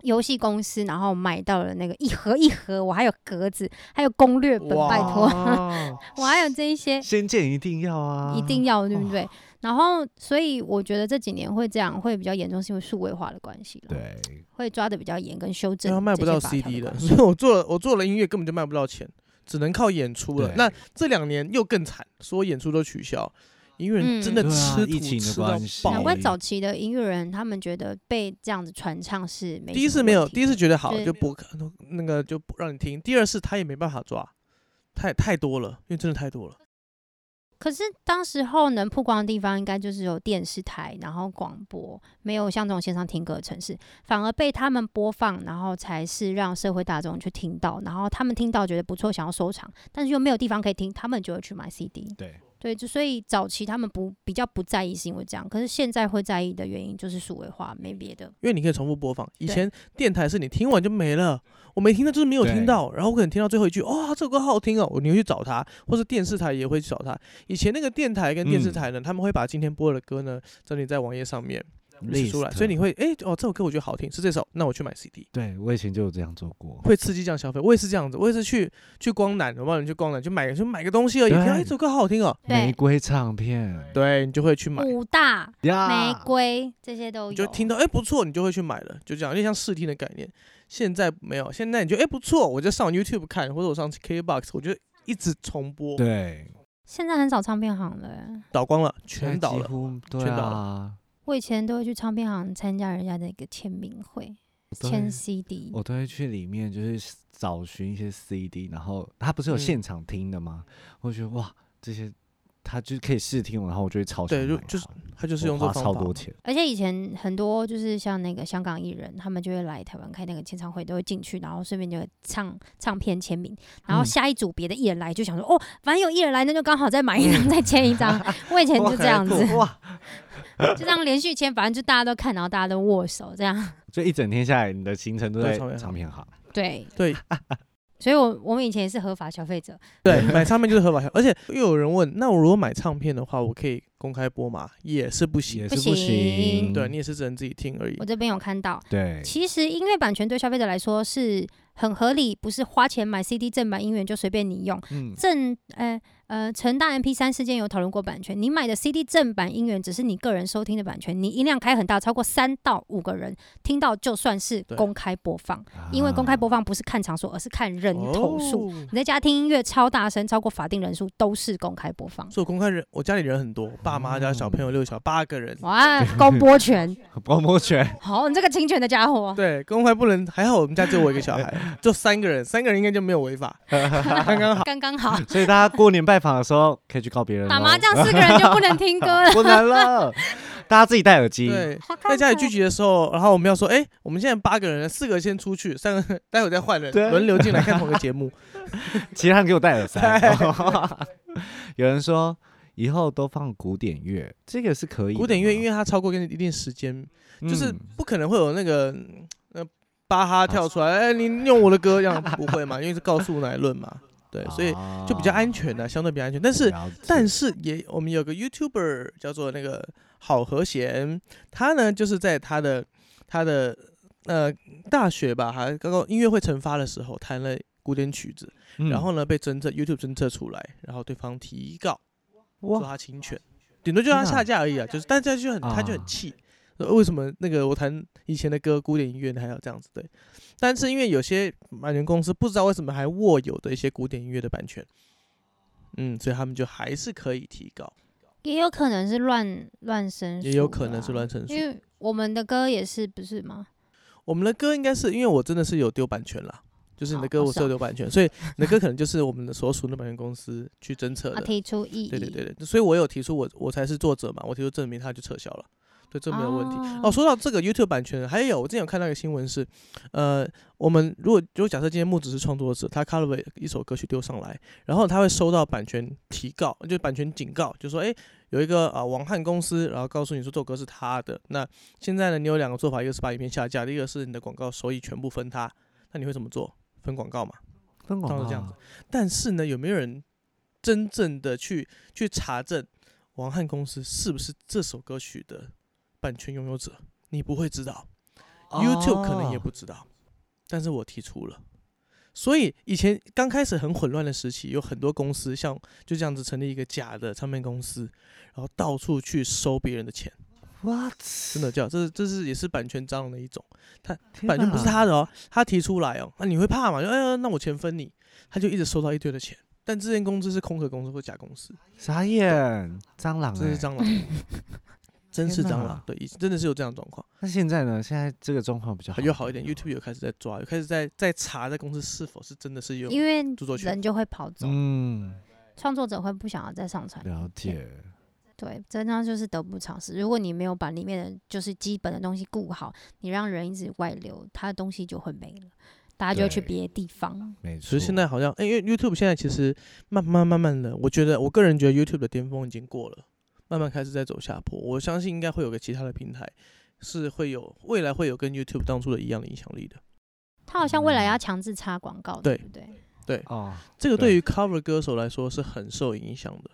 [SPEAKER 2] 游戏公司，然后买到了那个一盒一盒，我还有格子，还有攻略本，拜托，
[SPEAKER 1] 哇
[SPEAKER 2] 我还有这一些。
[SPEAKER 3] 仙剑一定要啊，
[SPEAKER 2] 一定要，对不
[SPEAKER 3] 哦
[SPEAKER 2] 对？然后，所以我觉得这几年会这样，会比较严重，是因为数位化的关系了，
[SPEAKER 3] 对，
[SPEAKER 2] 会抓的比较严，跟修
[SPEAKER 1] 因
[SPEAKER 2] 正
[SPEAKER 1] 为它卖不
[SPEAKER 2] 这
[SPEAKER 1] 到
[SPEAKER 2] 些法条
[SPEAKER 1] CD 的，
[SPEAKER 2] 关系
[SPEAKER 1] 所以我做了我做了音乐根本就卖不到钱，只能靠演出了
[SPEAKER 3] 对。
[SPEAKER 1] 那这两年又更惨，所有演出都取消，音乐人真的
[SPEAKER 3] 嗯对
[SPEAKER 1] 吃
[SPEAKER 3] 啊疫情
[SPEAKER 1] 土
[SPEAKER 3] 的
[SPEAKER 1] 吃到
[SPEAKER 3] 关系
[SPEAKER 1] 爆欸
[SPEAKER 2] 难
[SPEAKER 3] 搞。
[SPEAKER 2] 怪早期的音乐人他们觉得被这样子传唱是没
[SPEAKER 1] 第一
[SPEAKER 2] 什
[SPEAKER 1] 次
[SPEAKER 2] 么
[SPEAKER 1] 没有，
[SPEAKER 2] 问题
[SPEAKER 1] 第一次觉得好
[SPEAKER 2] 对
[SPEAKER 1] 就不那个就不让你听。第二次他也没办法抓，太太多了，因为真的太多了。
[SPEAKER 2] 可是当时候能曝光的地方，应该就是有电视台，然后广播，没有像这种线上听歌的城市，反而被他们播放，然后才是让社会大众去听到，然后他们听到觉得不错，想要收藏，但是又没有地方可以听，他们就会去买 CD。
[SPEAKER 3] 对
[SPEAKER 2] 对，就所以早期他们不比较不在意，是因为这样。可是现在会在意的原因就是数位化，没别的。
[SPEAKER 1] 因为你可以重复播放。以
[SPEAKER 2] 对
[SPEAKER 1] 前电台是你听完就没了，我没听到就是没有听
[SPEAKER 3] 对
[SPEAKER 1] 到，然后我可能听到最后一句，哇、这首歌好好听哦，我你会去找它，或者电视台也会去找它。以前那个电台跟电视台呢，他们会把今天播的歌呢整理在网页上面列出来，所以你
[SPEAKER 3] 会
[SPEAKER 1] 会哎哦，这首歌我觉得好听，是这首，那我去买 CD。
[SPEAKER 3] 对我以前就有这样做过，
[SPEAKER 1] 会刺激这样消费，我也是这样子，我也是去去光南，我帮人去光南去买就买个东西而已，
[SPEAKER 3] 对
[SPEAKER 1] 听到哎这首歌好好听哦，
[SPEAKER 3] 玫
[SPEAKER 2] 对，
[SPEAKER 3] 瑰唱片
[SPEAKER 1] 对你就会去买，
[SPEAKER 2] 武大、
[SPEAKER 3] 呀，
[SPEAKER 2] 玫瑰这些哦都有。
[SPEAKER 1] 啊你就听到哎、不错，你就会去买了，就这样，有点像试听的概念。现在没有，现在你就哎、不错，我就上 YouTube 看，或者我上 KBox，我就一直重播，
[SPEAKER 3] 对，
[SPEAKER 2] 现在很少唱片行了欸，
[SPEAKER 1] 倒光了，
[SPEAKER 3] 现在
[SPEAKER 1] 全倒
[SPEAKER 3] 几
[SPEAKER 1] 了。
[SPEAKER 3] 乎，对
[SPEAKER 1] 全倒了
[SPEAKER 3] 啊，
[SPEAKER 2] 我以前都会去唱片行参加人家的一个签名会，
[SPEAKER 3] 对
[SPEAKER 2] 签 CD。
[SPEAKER 3] 我都会去里面就是找寻一些 CD，然后它不是有
[SPEAKER 1] 嗯
[SPEAKER 3] 现场听的吗？我觉得哇，这些他就是可以试听，然后我就会超想
[SPEAKER 1] 对就
[SPEAKER 3] 买
[SPEAKER 1] 就是
[SPEAKER 3] 它
[SPEAKER 1] 他就是
[SPEAKER 3] 我
[SPEAKER 1] 用这
[SPEAKER 3] 花
[SPEAKER 1] 方
[SPEAKER 3] 超
[SPEAKER 1] 法
[SPEAKER 3] 多
[SPEAKER 1] 嘛。
[SPEAKER 3] 钱，
[SPEAKER 2] 而且以前很多就是像那个香港艺人，他们就会来台湾开那个签唱会，都会进去，然后顺便就唱唱片签名，然后
[SPEAKER 3] 嗯
[SPEAKER 2] 下一组别的艺人来就想说，哦，反正有艺人来，那就刚好再买一张再签一 张。我以前 就这样子，
[SPEAKER 3] 哇，
[SPEAKER 2] 就这样连续签，反正就大家都看，然后大家都握手这样。
[SPEAKER 3] 所以一整天下来，你的行程都
[SPEAKER 1] 都
[SPEAKER 3] 在
[SPEAKER 1] 唱片行
[SPEAKER 3] 唱片行。
[SPEAKER 2] 对
[SPEAKER 1] 对
[SPEAKER 2] 所以我我们以前也是合法消费者，
[SPEAKER 1] 对，买唱片就是合法消费而且又有人问，那我如果买唱片的话，我可以公开播吗？也是不行
[SPEAKER 3] 也。
[SPEAKER 2] 不
[SPEAKER 3] 是不
[SPEAKER 2] 行
[SPEAKER 3] 行，
[SPEAKER 1] 对你也是只能自己听而已
[SPEAKER 2] 我。这边有看到。
[SPEAKER 3] 对，
[SPEAKER 2] 其实音乐版权对消费者来说是很合理，不是花钱买 CD 正版音源就随便你用。
[SPEAKER 3] 嗯，
[SPEAKER 2] 正呃呃，成大 MP 三事件有讨论过版权，你买的 CD 正版音源只是你个人收听的版权，你音量开很大，超过三到五个人听到就算是
[SPEAKER 1] 对
[SPEAKER 2] 公开播放，因为公开播
[SPEAKER 3] 啊
[SPEAKER 2] 放不是看场所，而是看人头数。
[SPEAKER 1] 哦
[SPEAKER 2] 你在家听音乐超大声，超过法定人数都是公开播 放。
[SPEAKER 1] 所以我公开人，我家里人很多，爸妈加小朋
[SPEAKER 3] 哦
[SPEAKER 1] 友六小八个人。
[SPEAKER 2] 哇，公播权，
[SPEAKER 3] 广啊 播权，
[SPEAKER 2] 好，你这个侵权的家伙。
[SPEAKER 1] 对，公开不能，还好我们家只有我一个小孩，就三个人，三个人应该就没有违法，刚刚好。
[SPEAKER 2] 刚刚好，
[SPEAKER 3] 所以大家过年拜访的时候可以去告别人咯。。
[SPEAKER 2] 妈
[SPEAKER 1] 哦
[SPEAKER 2] 妈这样四个人就不能听歌 了
[SPEAKER 3] 不 能了，大家自己戴耳机。
[SPEAKER 1] 对，
[SPEAKER 2] 好可
[SPEAKER 1] 在家里
[SPEAKER 2] 怕
[SPEAKER 1] 聚集的时候，然后我们要说，哎，我们现在八个人，四个先出去，三个 待会再换人，
[SPEAKER 3] 对
[SPEAKER 1] 轮流进来看同一个节 目。
[SPEAKER 3] 其他人给我戴耳塞。 有人说以后都放古典乐，这个是可以的吗。
[SPEAKER 1] 古典乐，因为它超过一定一定时间，
[SPEAKER 3] 嗯
[SPEAKER 1] 就是不可能会有那个嗯呃巴哈跳出来，哎，你用我的歌这样不会嘛？因为是告诉乃论 嘛，
[SPEAKER 3] 啊
[SPEAKER 1] 对，所以就比较安全啊的，相对比较安全。但是
[SPEAKER 3] 了解
[SPEAKER 1] 但是也我们有个 YouTuber 叫做那个好和弦，他呢就是在他的他的呃大学吧，还刚刚音乐会惩罚的时候弹了古典曲子，
[SPEAKER 3] 嗯
[SPEAKER 1] 然后呢被侦测 YouTube 侦测出来，然后对方提告说
[SPEAKER 3] 哇，
[SPEAKER 1] 他侵权，顶多就让他
[SPEAKER 3] 天哪
[SPEAKER 1] 下架而已啊，就是但这就很他就
[SPEAKER 3] 啊
[SPEAKER 1] 很气。说为什么那个我弹以前的歌，古典音乐还要这样子对？但是因为有些版权公司不知道为什么还握有的一些古典音乐的版权，嗯，所以他们就还是可以提高。
[SPEAKER 2] 也有可能是乱乱申诉、啊
[SPEAKER 1] 也有可能是乱，成数
[SPEAKER 2] 因。为我们的歌也是不是吗？
[SPEAKER 1] 我们的歌应该是因为我真的是有丢版权啦，就是你的
[SPEAKER 2] 好
[SPEAKER 1] 歌
[SPEAKER 2] 好
[SPEAKER 1] 我是有
[SPEAKER 2] 笑
[SPEAKER 1] 丢版权，所以你的歌可能就是我们的所属的版权公司去侦测
[SPEAKER 2] 啊，
[SPEAKER 1] 的。
[SPEAKER 2] 提出异议，
[SPEAKER 1] 对对对对，所以我有提出我我才是作者嘛，我提出证明他就撤销了，对，这没有问题。哦，说到这个 YouTube 版权，还有我之前有看到一个新闻是，呃，我们如果如果假设今天木子是创作者，他 cover 一首歌曲丢上来，然后他会收到版权提告，就版权警告，就说，诶，有一个啊、网汉公司，然后告诉你说这首歌是他的，那现在呢，你有两个做法，一个是把影片下架，第一个是你的广告收益全部分他，那你会怎么做？分广告嘛？
[SPEAKER 3] 分广
[SPEAKER 1] 到
[SPEAKER 3] 告
[SPEAKER 1] 了这样子但是呢，有没有人真正的去去查证王汉公司是不是这首歌曲的版权拥有者？你不会知道、y
[SPEAKER 3] 哦
[SPEAKER 1] o u t u b e 可能也不知道，但是我提出了。所以以前刚开始很混乱的时期，有很多公司像就这样子成立一个假的唱片公司，然后到处去收别人的钱，
[SPEAKER 3] what
[SPEAKER 1] 真的叫这是这是也是版权蟑螂的一种。
[SPEAKER 3] 天
[SPEAKER 1] 版权不是
[SPEAKER 3] 哪
[SPEAKER 1] 他的 哦，他提出来哦，那、你会怕嘛？就哎呀，那我钱分你，他就一直收到一堆的钱。但这间公司是空壳公司或假公司，
[SPEAKER 3] 傻眼蟑螂
[SPEAKER 1] 真
[SPEAKER 3] 欸
[SPEAKER 1] 是蟑 螂，真是蟑
[SPEAKER 3] 天
[SPEAKER 1] 螂
[SPEAKER 3] 哪，
[SPEAKER 1] 对，以真的是有这样的状况。
[SPEAKER 3] 那现在呢？现在这个状况比较好，
[SPEAKER 1] 又好一点，YouTube 有开始在抓，有开始在在查在公司是否是真的是有
[SPEAKER 2] 因为
[SPEAKER 1] 著作权
[SPEAKER 2] 人就会跑走，
[SPEAKER 3] 嗯，
[SPEAKER 2] 创作者会不想要再上传。
[SPEAKER 3] 了解。
[SPEAKER 2] 对，真的就是得不偿失。如果你没有把里面的就是基本的东西顾好，你让人一直外流，他的东西就会没了，大家就会去
[SPEAKER 3] 对
[SPEAKER 2] 别的地方。
[SPEAKER 3] 没错，
[SPEAKER 1] 所以现在好像，哎、因为 YouTube 现在其实慢慢慢慢的，我觉得我个人觉得 YouTube 的巅峰已经过了，慢慢开始在走下坡。我相信应该会有个其他的平台是会有未来会有跟 YouTube 当初的一样的影响力的。
[SPEAKER 2] 他好像未来
[SPEAKER 3] 嗯
[SPEAKER 2] 要强制插广告，
[SPEAKER 1] 对
[SPEAKER 2] 不对？
[SPEAKER 3] 哦，
[SPEAKER 1] 这个对
[SPEAKER 3] 对
[SPEAKER 1] 于 cover 歌手来说是很受影响的。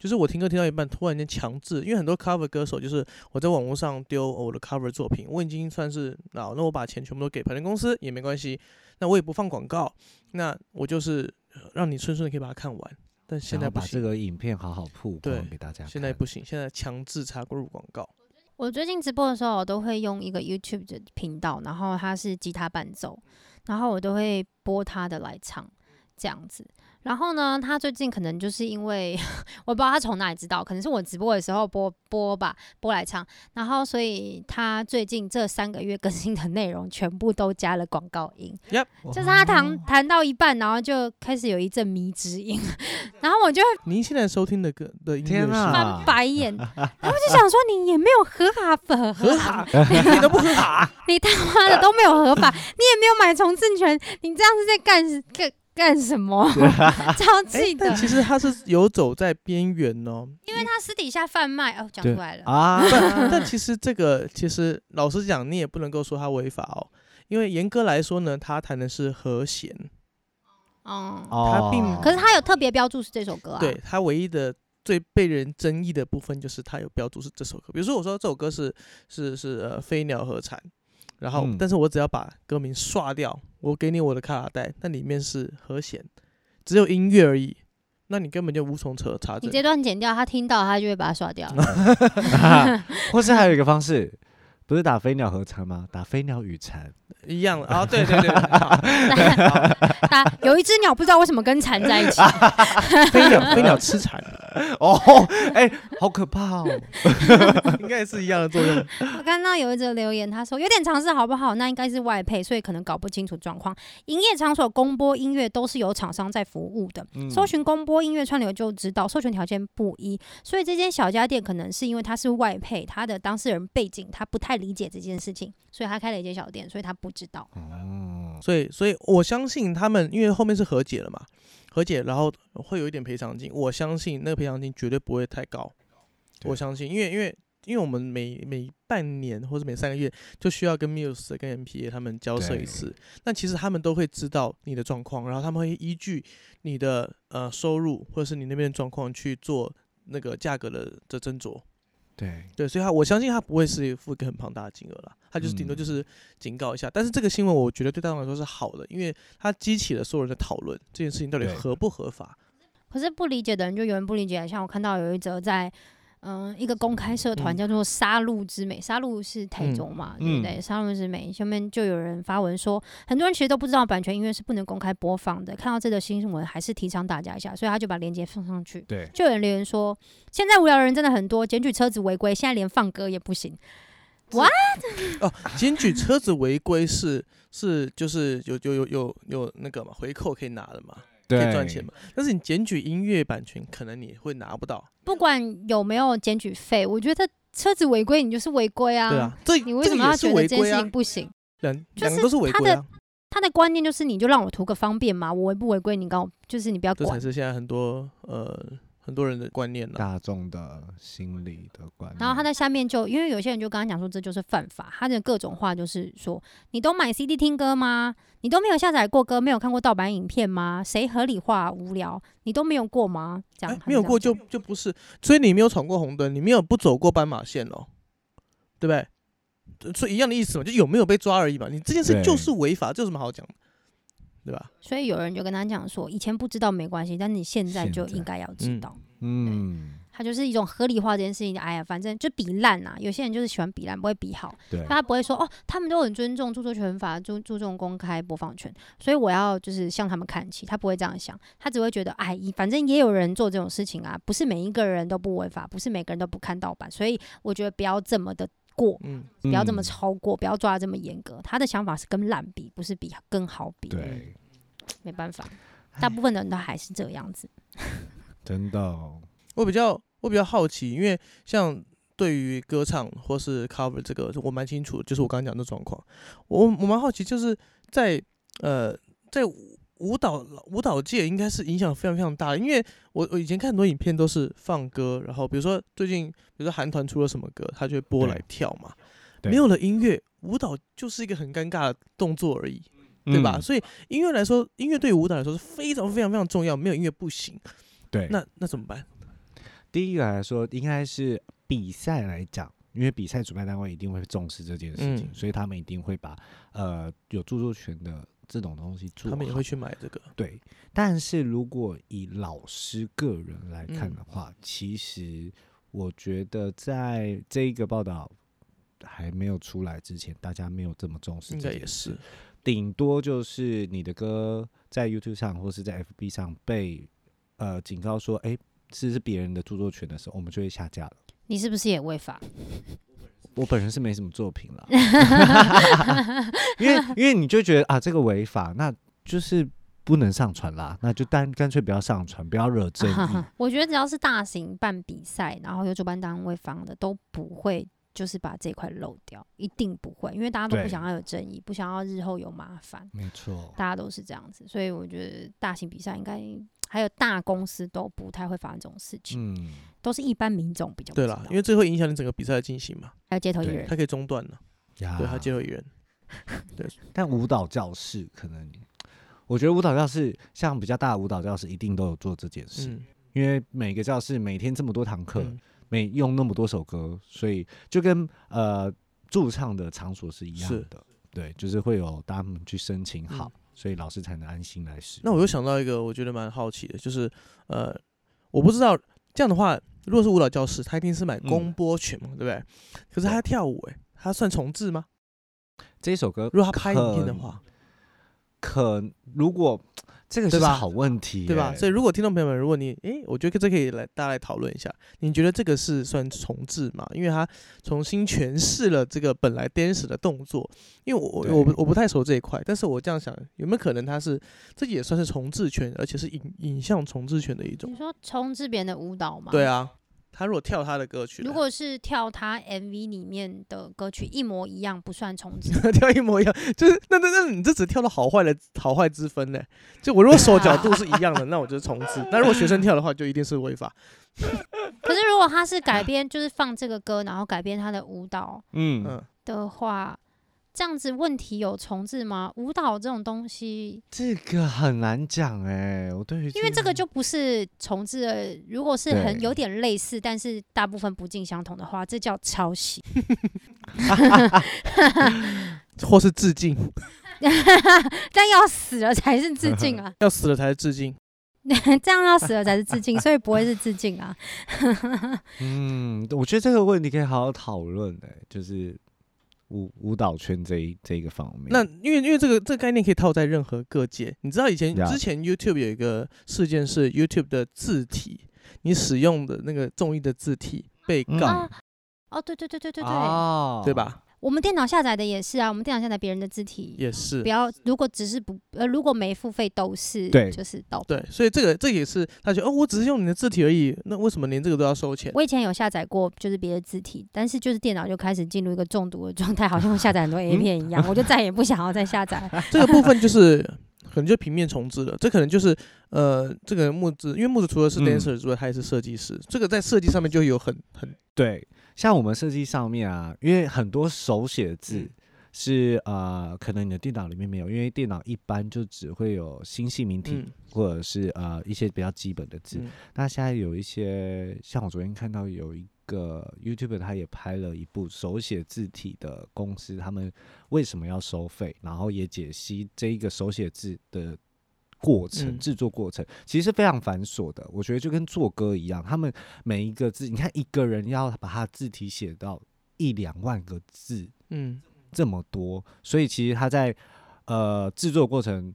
[SPEAKER 1] 就是我听歌听到一半，突然间强制，因为很多 cover 歌手就是我在网络上丢哦我的 cover 作品，我已经算是啊，那我把钱全部都给版权公司也没关系，那我也不放广告，那我就是呃让你顺顺的可以把它看完。但现
[SPEAKER 3] 然
[SPEAKER 1] 在
[SPEAKER 3] 后
[SPEAKER 1] 不
[SPEAKER 3] 把这
[SPEAKER 1] 行，
[SPEAKER 3] 个影片好好曝
[SPEAKER 1] 对
[SPEAKER 3] 光给大家看。
[SPEAKER 1] 现在不行，现在强制插入广告。
[SPEAKER 2] 我最近直播的时候，我都会用一个 YouTube 的频道，然后它是吉他伴奏，然后我都会播它的来唱这样子。然后呢，他最近可能就是因为 我不知道他从哪里知道，可能是我直播的时候播播吧，播来唱。然后，所以他最近这三个月更新的内容全部都加了广告音，
[SPEAKER 1] Yep，
[SPEAKER 2] 就是
[SPEAKER 1] 哦
[SPEAKER 2] 他弹弹到一半，然后就开始有一阵迷之音， 然后我就
[SPEAKER 1] 您现在收听的歌的音乐
[SPEAKER 3] 天
[SPEAKER 1] 是
[SPEAKER 3] 啊
[SPEAKER 2] 翻白眼， 然后就想说你也没有合法合
[SPEAKER 1] 合
[SPEAKER 2] 法
[SPEAKER 1] 法，， 一点都不合法。
[SPEAKER 2] 你他妈的都没有合法，你 也没有买重置权，你这样是在干干干什 么？超
[SPEAKER 1] 哎
[SPEAKER 2] 气的
[SPEAKER 1] 但！其实他是游走在边缘哦。
[SPEAKER 2] 因为他私底下贩卖哦，讲
[SPEAKER 3] 对
[SPEAKER 2] 出来了，
[SPEAKER 3] 啊，
[SPEAKER 1] 但但其实这个，其实老实讲，你也不能够说他违法哦，因为严格来说呢，他弹的是和弦，
[SPEAKER 2] 嗯，
[SPEAKER 3] 哦，
[SPEAKER 1] 并
[SPEAKER 2] 可是他有特别标注是这首歌啊，
[SPEAKER 1] 对，他唯一的最被人争议的部分就是他有标注是这首歌，比如说我说这首歌是是是呃飞鸟和蝉，然后、
[SPEAKER 3] 嗯
[SPEAKER 1] 但是我只要把歌名刷掉，我给你我的卡拉带，那里面是和弦，只有音乐而已，那你根本就无从查查
[SPEAKER 2] 你
[SPEAKER 1] 证。
[SPEAKER 2] 这段剪掉，他听到他就会把它刷掉。
[SPEAKER 3] 或是还有一个方式，不是打飞鸟和蝉吗？打飞鸟与 蝉，
[SPEAKER 1] 一样的啊，对对对，好
[SPEAKER 2] 打有一只鸟不知道为什么跟蝉在一起，
[SPEAKER 1] 飞鸟飞鸟吃蝉，
[SPEAKER 3] 哦，哎、好可怕哦！
[SPEAKER 1] 应该是一样的作用。
[SPEAKER 2] 我看到有一则留言，他说有点常识好不好？那应该是外配，所以可能搞不清楚状况。营业场所公播音乐都是由厂商在服务的，
[SPEAKER 3] 嗯
[SPEAKER 2] 搜寻公播音乐串流就知道授权条件不一，所以这间小家店可能是因为它是外配，它的当事人背景他不太理解这件事情，所以他开了一间小店，所以他不知道。
[SPEAKER 3] 哦，
[SPEAKER 1] 所以，所以我相信他们，因为后面是和解了嘛，和解，然后会有一点赔偿金。我相信那个赔偿金绝对不会太高，
[SPEAKER 3] 对
[SPEAKER 1] 我相信，因为因为因为我们每每半年或者每三个月就需要跟 Muse 跟 MPA 他们交涉
[SPEAKER 3] 对
[SPEAKER 1] 一次，那其实他们都会知道你的状况，然后他们会依据你的呃收入或者是你那边的状况去做那个价格的的斟酌。
[SPEAKER 3] 对，
[SPEAKER 1] 对，所以他我相信他不会是付一个很庞大的金额啦，他就是顶多
[SPEAKER 2] 嗯
[SPEAKER 1] 就是警告一下。但是这个新闻我觉得对大众来说是好的，因为它激起了所有人的讨论，这件事情到底
[SPEAKER 3] 对
[SPEAKER 1] 合不合法？
[SPEAKER 2] 可是不理解的人就永远不理解。像我看到有一则在，嗯、一个公开社
[SPEAKER 1] 嗯
[SPEAKER 2] 团叫做“杀戮之美”，杀戮是台中嘛，
[SPEAKER 3] 嗯
[SPEAKER 2] 对不对？杀戮之美下面就有人发文说，很多人其实都不知道版权音乐是不能公开播放的。看到这则新闻，还是提倡大家一下，所以他就把链接放上去。
[SPEAKER 3] 对，
[SPEAKER 2] 就有人留言说，现在无聊的人真的很多，检举车子违规，现在连放歌也不行。
[SPEAKER 1] 哦，检举车子违规是是就是有有有有有那个嘛回扣可以拿的嘛，可以赚钱嘛。但是你检举音乐版权，可能你会拿不到。
[SPEAKER 2] 不管有没有检举费，我觉得车子违规你就是违规啊。
[SPEAKER 1] 对啊，这
[SPEAKER 2] 你为
[SPEAKER 1] 这
[SPEAKER 2] 什
[SPEAKER 1] 个
[SPEAKER 2] 么
[SPEAKER 1] 也
[SPEAKER 2] 要
[SPEAKER 1] 是
[SPEAKER 2] 觉得
[SPEAKER 1] 违
[SPEAKER 2] 这件
[SPEAKER 1] 规
[SPEAKER 2] 事
[SPEAKER 1] 啊
[SPEAKER 2] 情？不行？
[SPEAKER 1] 两
[SPEAKER 2] 就
[SPEAKER 1] 两
[SPEAKER 2] 是
[SPEAKER 1] 个都是违
[SPEAKER 2] 他
[SPEAKER 1] 规
[SPEAKER 2] 的
[SPEAKER 1] 啊，
[SPEAKER 2] 他的观念就是，你就让我图个方便嘛，我违不违规你告我，就是你不要
[SPEAKER 1] 这才
[SPEAKER 2] 管。
[SPEAKER 1] 是现在很多呃很多人的观念了。
[SPEAKER 3] 大众的心理的观念。
[SPEAKER 2] 然后他在下面就，因为有些人就跟他讲说这就是犯法，他的各种话就是说，你都买 CD 听歌吗？你都没有下载过歌，没有看过盗版影片吗？谁合理化无聊？你都没有过吗？这样、
[SPEAKER 1] 哎
[SPEAKER 2] 他
[SPEAKER 1] 没
[SPEAKER 2] 就
[SPEAKER 1] 有
[SPEAKER 2] 这样
[SPEAKER 1] 过
[SPEAKER 2] 讲
[SPEAKER 1] 就就不是，所以你没有闯过红灯，你没有不走过斑马线哦，对不对？所以一样的意思嘛，就有没有被抓而已嘛。你这件事
[SPEAKER 3] 对
[SPEAKER 1] 就是违法，这有什么好讲的，对吧？
[SPEAKER 2] 所以有人就跟他讲说，以前不知道没关系，但你现在
[SPEAKER 3] 现
[SPEAKER 2] 就
[SPEAKER 3] 在
[SPEAKER 2] 应该要知
[SPEAKER 1] 嗯
[SPEAKER 2] 道。
[SPEAKER 3] 嗯，
[SPEAKER 2] 他就是一种合理化这件事情的，哎呀，反正就比烂啊。有些人就是喜欢比烂，不会比好。
[SPEAKER 3] 对，
[SPEAKER 2] 他不会说哦，他们都很尊重著作权法，注注重公开播放权，所以我要就是向他们看齐。他不会这样想，他只会觉得，哎，反正也有人做这种事情啊，不是每一个人都不违法，不是每个人都不看盗版，所以我觉得不要这么的过，
[SPEAKER 1] 嗯，
[SPEAKER 3] 不
[SPEAKER 2] 不要这么超过，不要抓得这么严格。他的想法是跟烂比，不是比更好比。
[SPEAKER 3] 对，
[SPEAKER 2] 没办法，
[SPEAKER 3] 哎
[SPEAKER 2] 大部分的人都还是这样子。
[SPEAKER 3] 真的哦，
[SPEAKER 1] 我比较我比较好奇，因为像对于歌唱或是 cover 这个，我蛮清楚的，就是我刚刚讲的状况。我我蛮好奇，就是在呃在舞舞蹈舞蹈界应该是影响非常非常大的，因为我我以前看很多影片都是放歌，然后比如说最近比如说韩团出了什么歌，他就会播
[SPEAKER 3] 对
[SPEAKER 1] 来跳嘛。
[SPEAKER 3] 对
[SPEAKER 1] 没有了音乐，舞蹈就是一个很尴尬的动作而已。对吧？
[SPEAKER 3] 嗯
[SPEAKER 1] 所以音乐来说，音乐对于舞蹈来说是非常非常非常重要，没有音乐不行。
[SPEAKER 3] 对，
[SPEAKER 1] 那那怎么办？
[SPEAKER 3] 第一个来说，应该是比赛来讲，因为比赛主办单位一定会重视这件事情，
[SPEAKER 1] 嗯
[SPEAKER 3] 所以他们一定会把呃有著作权的这种东西做
[SPEAKER 1] 他
[SPEAKER 3] 好。
[SPEAKER 1] 们也会去买这个。
[SPEAKER 3] 对，但是如果以老师个人来看
[SPEAKER 1] 嗯
[SPEAKER 3] 的话，其实我觉得在这一个报道还没有出来之前，大家没有这么重视
[SPEAKER 1] 应
[SPEAKER 3] 这
[SPEAKER 1] 该
[SPEAKER 3] 件
[SPEAKER 1] 也
[SPEAKER 3] 事
[SPEAKER 1] 是。
[SPEAKER 3] 顶多就是你的歌在 YouTube 上或是在 FB 上被呃警告说，哎、这是别人的著作权的时候，我们就会下架了。
[SPEAKER 2] 你是不是也违法？
[SPEAKER 3] 我本人是没什么作品了，因为因为你就觉得啊，这个违法，那就是不能上传啦，那就干干脆不要上传，不要惹 争议。
[SPEAKER 2] 我觉得只要是大型办比赛，然后有主办单位方的，都不会就是把这块漏掉，一定不会，因为大家都不
[SPEAKER 3] 对
[SPEAKER 2] 想要有争议，不想要日后有麻烦，
[SPEAKER 3] 没错，
[SPEAKER 2] 大家都是这样子，所以我觉得大型比赛应该。还有大公司都不太会发生这种事情，
[SPEAKER 3] 嗯，
[SPEAKER 2] 都是一般民众比较不
[SPEAKER 1] 对
[SPEAKER 2] 知
[SPEAKER 1] 啦
[SPEAKER 2] 道，
[SPEAKER 1] 因为这会影响你整个比赛的进行嘛，
[SPEAKER 2] 还有街头艺
[SPEAKER 3] 对
[SPEAKER 2] 人
[SPEAKER 1] 它，可以中断的，
[SPEAKER 3] 呀
[SPEAKER 1] 对，它街头艺人，
[SPEAKER 3] 但舞蹈教室可能，我觉得舞蹈教室像比较大的舞蹈教室一定都有做这件事，
[SPEAKER 1] 嗯，
[SPEAKER 3] 因为每个教室每天这么多堂课，
[SPEAKER 1] 嗯
[SPEAKER 3] 每用那么多首歌，所以就跟呃驻唱的场所是一样
[SPEAKER 1] 是
[SPEAKER 3] 的，对，就是会有他们去申请好，
[SPEAKER 1] 嗯
[SPEAKER 3] 所以老师才能安心来使用。
[SPEAKER 1] 那我又想到一个，我觉得蛮好奇的，就是呃，我不知道这样的话，如果是舞蹈教室，他一定是买公
[SPEAKER 3] 嗯
[SPEAKER 1] 播权嘛，对不对？可是他跳舞、欸，他算重置吗？
[SPEAKER 3] 这首歌
[SPEAKER 1] 如果他拍影片的话，
[SPEAKER 3] 可如果这个
[SPEAKER 1] 对
[SPEAKER 3] 是
[SPEAKER 1] 吧
[SPEAKER 3] 好问题耶、
[SPEAKER 1] 对吧？所以如果听众朋友们，如果你诶、我觉得这可以来大家来讨论一下，你觉得这个是算重置吗？因为他重新诠释了这个本来 dance 的动作，因为我我
[SPEAKER 3] 对
[SPEAKER 1] 我不我不太熟这一块，但是我这样想，有没有可能他是这也算是重置权，而且是影影像重置权的一种？
[SPEAKER 2] 你说重置别人的舞蹈吗？
[SPEAKER 1] 对啊，他如果跳他的歌曲来，
[SPEAKER 2] 如果是跳他 MV 里面的歌曲一模一样，不算重置。
[SPEAKER 1] 跳一模一样，就是那那那你这只跳到好坏的好坏之分呢？就我如果手角度是一样 的，那我就是重置；那如果学生跳的话，就一定是违法。
[SPEAKER 2] 可是如果他是 改编，就是放这个歌，然后改编他的舞蹈
[SPEAKER 3] 嗯
[SPEAKER 1] 嗯，
[SPEAKER 2] 的话，这样子问题有重置吗？舞蹈这种东西，
[SPEAKER 3] 这个很难讲哎、我对于
[SPEAKER 2] 因为这个就不是重置的，如果是很
[SPEAKER 3] 对
[SPEAKER 2] 有点类似，但是大部分不尽相同的话，这叫抄袭。
[SPEAKER 1] 或是致敬，，
[SPEAKER 2] 但要死了才是致敬啊
[SPEAKER 1] 要死了才是致敬。
[SPEAKER 2] 这样要死了才是致敬，所以不会是致敬啊。
[SPEAKER 3] 嗯，我觉得这个问题可以好好讨论哎，就是舞舞蹈圈这一这一个方面。
[SPEAKER 1] 那因为因为这个这个概念可以套在任何各界，你知道以前
[SPEAKER 3] Yeah
[SPEAKER 1] 之前 YouTube 有一个事件是 YouTube 的字体，你使用的那个综艺的字体被
[SPEAKER 3] 嗯
[SPEAKER 1] 告，
[SPEAKER 2] 啊，哦，对对对对对对，
[SPEAKER 3] 哦
[SPEAKER 1] 啊对？吧？
[SPEAKER 2] 我们电脑下载的也是啊，我们电脑下载别人的字体，
[SPEAKER 1] 也是
[SPEAKER 2] 不。要如果只是不呃，如果没付费都是
[SPEAKER 3] 对
[SPEAKER 2] 就是盗版。
[SPEAKER 1] 对，所以这个这也是他觉得哦，我只是用你的字体而已，那为什么连这个都要收钱？
[SPEAKER 2] 我以前有下载过，就是别的字体，但是就是电脑就开始进入一个中毒的状态，好像我下载很多
[SPEAKER 3] 嗯
[SPEAKER 2] A 片一样，我就再也不想要再下载。
[SPEAKER 1] 这个部分就是可能就平面重置了，这可能就是呃，这个木子，因为木子除了是
[SPEAKER 3] 嗯
[SPEAKER 1] dancer 之外，他也是设计师，这个在设计上面就有很很
[SPEAKER 3] 对，像我们设计上面啊，因为很多手写字
[SPEAKER 1] 嗯
[SPEAKER 3] 是呃，可能你的电脑里面没有，因为电脑一般就只会有新细明体、
[SPEAKER 1] 嗯
[SPEAKER 3] 或者是呃一些比较基本的字。
[SPEAKER 1] 嗯
[SPEAKER 3] 那现在有一些，像我昨天看到有一个 YouTube，他也拍了一部手写字体的公司，他们为什么要收费，然后也解析这一个手写字的过程、
[SPEAKER 1] 嗯
[SPEAKER 3] 制作过程，其实是非常繁琐的。我觉得就跟做歌一样，他们每一个字，你看一个人要把他字体写到一两万个字，
[SPEAKER 1] 嗯
[SPEAKER 3] 这么多，所以其实他在呃制作过程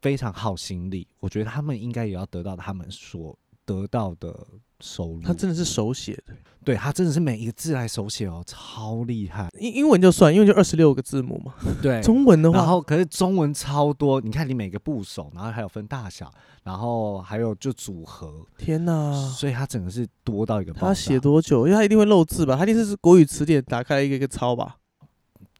[SPEAKER 3] 非常耗心力。我觉得他们应该也要得到他们所得到的收入。
[SPEAKER 1] 他真的是手写的，
[SPEAKER 3] 对他真的是每一个字来手写哦，超厉 害。
[SPEAKER 1] 英英文就算，因为就二十六个字母嘛，
[SPEAKER 3] 对
[SPEAKER 1] 中文的
[SPEAKER 3] 然
[SPEAKER 1] 话，
[SPEAKER 3] 后可是中文超多，你看你每个部首，然后还有分大小，然后还有就组合，
[SPEAKER 1] 天哪！
[SPEAKER 3] 所以他整个是多到一个爆炸。
[SPEAKER 1] 啊他写多久？因为他一定会漏字吧？他一定是国语词典打开一个一个抄吧？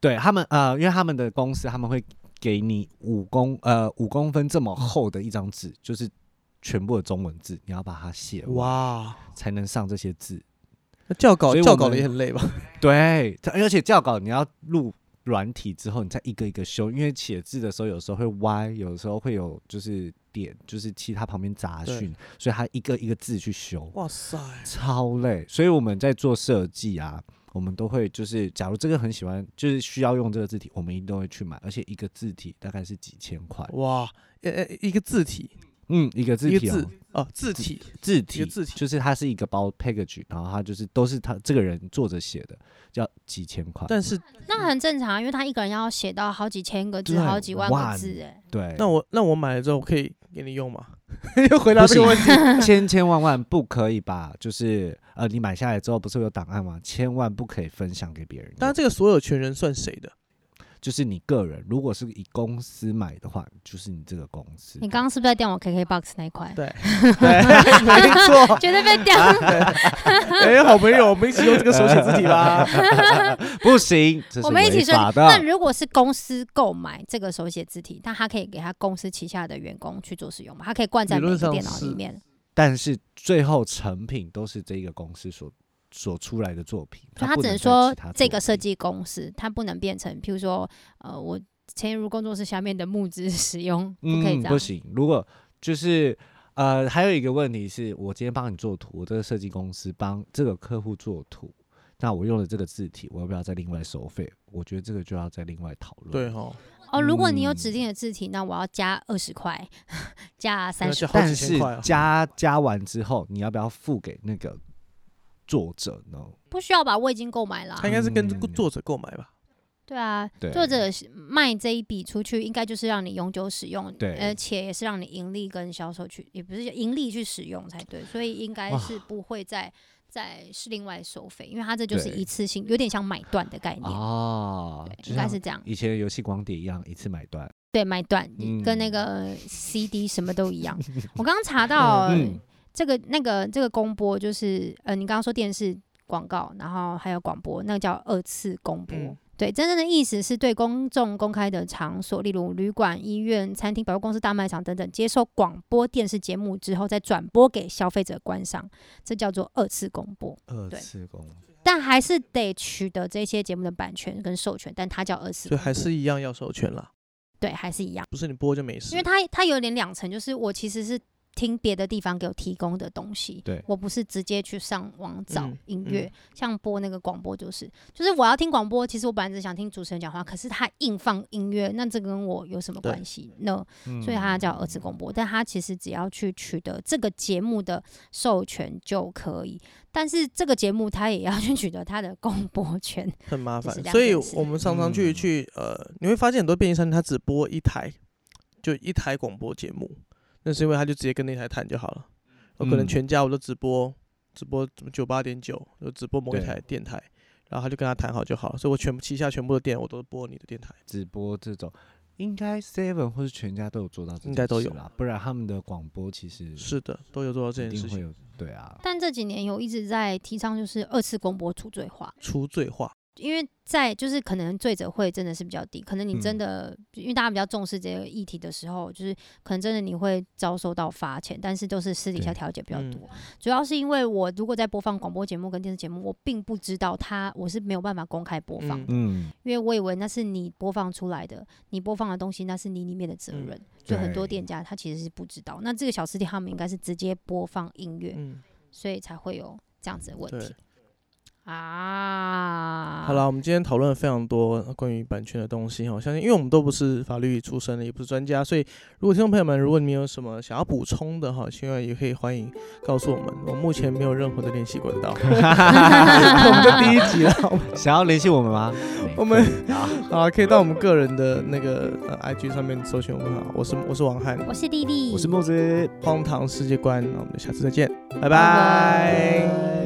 [SPEAKER 3] 对他们呃，因为他们的公司他们会给你五公呃五公分这么厚的一张纸，就是全部的中文字，你要把它写完
[SPEAKER 1] 哇，
[SPEAKER 3] 才能上这些字。
[SPEAKER 1] 那校稿
[SPEAKER 3] 所以我
[SPEAKER 1] 校稿的
[SPEAKER 3] 们
[SPEAKER 1] 也很累 吧？
[SPEAKER 3] 对，它而且校稿你要录软体之后，你再一个一个修，因为写字的时候有时候会歪，有时候会有就是点，就是其他旁边杂
[SPEAKER 1] 对
[SPEAKER 3] 讯，所以他一个一个字去修。
[SPEAKER 1] 哇塞，
[SPEAKER 3] 超累，所以我们在做设计啊，我们都会就是，假如这个很喜欢，就是需要用这个字体，我们一定会去买，而且一个字体大概是几千块，
[SPEAKER 1] 哇，呃呃，一个字体，
[SPEAKER 3] 嗯，一个字
[SPEAKER 1] 哦一
[SPEAKER 3] 体
[SPEAKER 1] 个
[SPEAKER 3] 哦
[SPEAKER 1] 字，哦，字体
[SPEAKER 3] 字
[SPEAKER 1] 一
[SPEAKER 3] 体，
[SPEAKER 1] 个字体
[SPEAKER 3] 就是它是一个包 package，然后它就是都是他这个人作者写的，要几千块。
[SPEAKER 1] 但是
[SPEAKER 2] 那很正常，因为他一个人要写到好几千个字、
[SPEAKER 3] 对
[SPEAKER 2] 好几万
[SPEAKER 3] 哇
[SPEAKER 2] 个字，哎，
[SPEAKER 3] 对，
[SPEAKER 1] 那我那我买了之后，我可以给你用吗？ 又回答
[SPEAKER 3] 不
[SPEAKER 1] 这个
[SPEAKER 3] 行
[SPEAKER 1] 问题，
[SPEAKER 3] 千千万万不可以把，就是呃，你买下来之后不是有档案吗？千万不可以分享给别人用。
[SPEAKER 1] 那这个所有权人算谁的？
[SPEAKER 3] 就是你个人，如果是以公司买的话，就是你这个公司。
[SPEAKER 2] 你刚刚是不是在电我 KKBOX 那一 块？
[SPEAKER 1] 对对，没错。
[SPEAKER 2] 绝对被掉，
[SPEAKER 3] 啊
[SPEAKER 1] 哎，好朋友，我们一起用这个手写字体 吧。
[SPEAKER 3] 不行，这是
[SPEAKER 2] 我们一起
[SPEAKER 3] 违
[SPEAKER 2] 说
[SPEAKER 3] 法
[SPEAKER 2] 那
[SPEAKER 3] 的。
[SPEAKER 2] 如果是公司购买这个手写字体，那他可以给他公司旗下的员工去做使用吗？他可以灌在
[SPEAKER 1] 理
[SPEAKER 2] 每
[SPEAKER 1] 论
[SPEAKER 2] 个
[SPEAKER 1] 上
[SPEAKER 2] 电脑里
[SPEAKER 1] 是
[SPEAKER 2] 面，
[SPEAKER 3] 但是最后成品都是这个公司所所出来的作品，
[SPEAKER 2] 所以
[SPEAKER 3] 它
[SPEAKER 2] 他
[SPEAKER 3] 不
[SPEAKER 2] 只
[SPEAKER 3] 能
[SPEAKER 2] 能
[SPEAKER 3] 在
[SPEAKER 2] 说
[SPEAKER 3] 其他
[SPEAKER 2] 这
[SPEAKER 3] 作
[SPEAKER 2] 个设
[SPEAKER 3] 品。
[SPEAKER 2] 计公司，它不能变成，譬如说，呃，我潜入工作室下面的木质 使用，不可以
[SPEAKER 3] 嗯，
[SPEAKER 2] 这
[SPEAKER 3] 不
[SPEAKER 2] 样。
[SPEAKER 3] 行。如果就是呃，还有一个问题是我今天帮你做图，我这个设计公司帮这个客户做图，那我用了这个字体，我要不要再另外收费？我觉得这个就要再另外讨论。
[SPEAKER 1] 对，哈，
[SPEAKER 2] 哦，如果你有指
[SPEAKER 3] 嗯
[SPEAKER 2] 定的字体，那我要加二十块， 加三十
[SPEAKER 1] 就好
[SPEAKER 3] 但
[SPEAKER 1] 几千
[SPEAKER 3] 是
[SPEAKER 1] 块啊。
[SPEAKER 3] 加加完之后，你要不要付给那个作者呢？
[SPEAKER 2] 不需要吧？我已经购买了啊、
[SPEAKER 1] 他应该是跟
[SPEAKER 3] 嗯
[SPEAKER 1] 作者购买吧？
[SPEAKER 2] 对啊，
[SPEAKER 3] 对
[SPEAKER 2] 作者是卖这一笔出去，应该就是让你永久使用，
[SPEAKER 3] 对
[SPEAKER 2] 而且也是让你盈利跟销售去，也不是盈利去使用才对，所以应该
[SPEAKER 3] 哇
[SPEAKER 2] 是不会再再是另外收费，因为它这就是
[SPEAKER 3] 对
[SPEAKER 2] 一次性，有点像买断的概念，
[SPEAKER 3] 哦
[SPEAKER 2] 对，
[SPEAKER 3] 就
[SPEAKER 2] 应该
[SPEAKER 3] 像
[SPEAKER 2] 是这样。
[SPEAKER 3] 以前游戏光碟一样，一次买断。
[SPEAKER 2] 对，买断、
[SPEAKER 3] 嗯
[SPEAKER 2] 跟那个 CD 什么都一 样。我刚刚查到、
[SPEAKER 3] 嗯
[SPEAKER 2] 这个那个这个公播，就是呃，你刚刚说电视广告，然后还有广播，那个叫二次公播。
[SPEAKER 1] 嗯
[SPEAKER 2] 对，真正的意思是对公众公开的场所，例如旅馆、医院、餐厅、百货公司、大卖场等等，接受广播电视节目之后，再转播给消费者观赏，这叫做二次公播。
[SPEAKER 3] 二
[SPEAKER 2] 对
[SPEAKER 3] 次工，
[SPEAKER 2] 但还是得取得这些节目的版权跟授权，但它叫二次
[SPEAKER 1] 所以
[SPEAKER 2] 公播，
[SPEAKER 1] 还是一样要授权啦，
[SPEAKER 2] 对，还是一样。
[SPEAKER 1] 不是你播就没事。
[SPEAKER 2] 因为它它有点两层，就是我其实是听别的地方给我提供的东西，
[SPEAKER 3] 对
[SPEAKER 2] 我不是直接去上网找
[SPEAKER 1] 嗯
[SPEAKER 2] 音
[SPEAKER 1] 嗯
[SPEAKER 2] 乐，像播那个广播就是，就是我要听广播，其实我本来只想听主持人讲话，可是他硬放音乐，那这跟我有什么
[SPEAKER 1] 对嗯
[SPEAKER 2] 关系呢？所
[SPEAKER 3] 所
[SPEAKER 2] 以它叫二
[SPEAKER 3] 嗯
[SPEAKER 2] 次公播，但它其实只要去取得这个节目的授权就可以，但是这个节目它也要去取得它的公播权，
[SPEAKER 1] 很麻
[SPEAKER 2] 这是
[SPEAKER 1] 烦，
[SPEAKER 2] 两
[SPEAKER 1] 所以
[SPEAKER 2] 件事
[SPEAKER 1] 我们常常去
[SPEAKER 3] 嗯
[SPEAKER 1] 去呃，你会发现很多便利商店它只播一台，就一台广播节目，那是因为他就直接跟那台谈就好了。我可能
[SPEAKER 3] 嗯
[SPEAKER 1] 全家我都直播，直播九八点九，就直播某一
[SPEAKER 3] 对
[SPEAKER 1] 台电台，然后他就跟他谈好就好了。所以我全部旗下全部的店我都播你的电台，
[SPEAKER 3] 直播这种，应该 Seven 或是全家都有做到这件事啦，
[SPEAKER 1] 应该都有
[SPEAKER 3] 不然他们的广播其实
[SPEAKER 1] 是的，都有做到这
[SPEAKER 3] 一
[SPEAKER 1] 件事
[SPEAKER 3] 定会
[SPEAKER 1] 情，
[SPEAKER 3] 有，对啊，
[SPEAKER 2] 但这几年有一直在提倡就是二次公播除罪化。
[SPEAKER 1] 除罪化。
[SPEAKER 2] 因为在就是可能罪责会真的是比较低，可能你
[SPEAKER 1] 嗯
[SPEAKER 2] 真的、因为大家比较重视这个议题的时候，就是可能真的你会遭受到罚钱，但是都是私底下
[SPEAKER 3] 对
[SPEAKER 2] 调解比较
[SPEAKER 1] 嗯
[SPEAKER 2] 多。主要是因为我如果在播放广播节目跟电视节目，我并不知道它我是没有办法公开播放的，
[SPEAKER 1] 嗯
[SPEAKER 3] 嗯，
[SPEAKER 2] 因为我以为那是你播放出来的，你播放的东西那是你里面的
[SPEAKER 1] 嗯
[SPEAKER 2] 责任，所以很多
[SPEAKER 3] 对
[SPEAKER 2] 店家他其实是不知道。那这个小吃店他们应该是直接播放音乐，
[SPEAKER 1] 嗯，
[SPEAKER 2] 所以才会有这样子的问
[SPEAKER 1] 对
[SPEAKER 2] 题。啊，
[SPEAKER 1] 好了，我们今天讨论了非常多呃关于版权的东西哈，我相信因为我们都不是法律出身的，也不是专家，所以如果听众朋友们，如果你们有什么想要补充的哈，希望也可以欢迎告诉我们。我目前没有任何的练习管道， 我们的第一集了，好吧
[SPEAKER 3] 想要联系我们吗？
[SPEAKER 1] 我 们啊可以到我们个人的那个呃 IG 上面搜寻我们哈，我是我是王翰，
[SPEAKER 2] 我是丽丽，
[SPEAKER 3] 我是墨子。
[SPEAKER 1] 荒唐世界观，那我们就下次再见，拜
[SPEAKER 2] 拜
[SPEAKER 1] 拜。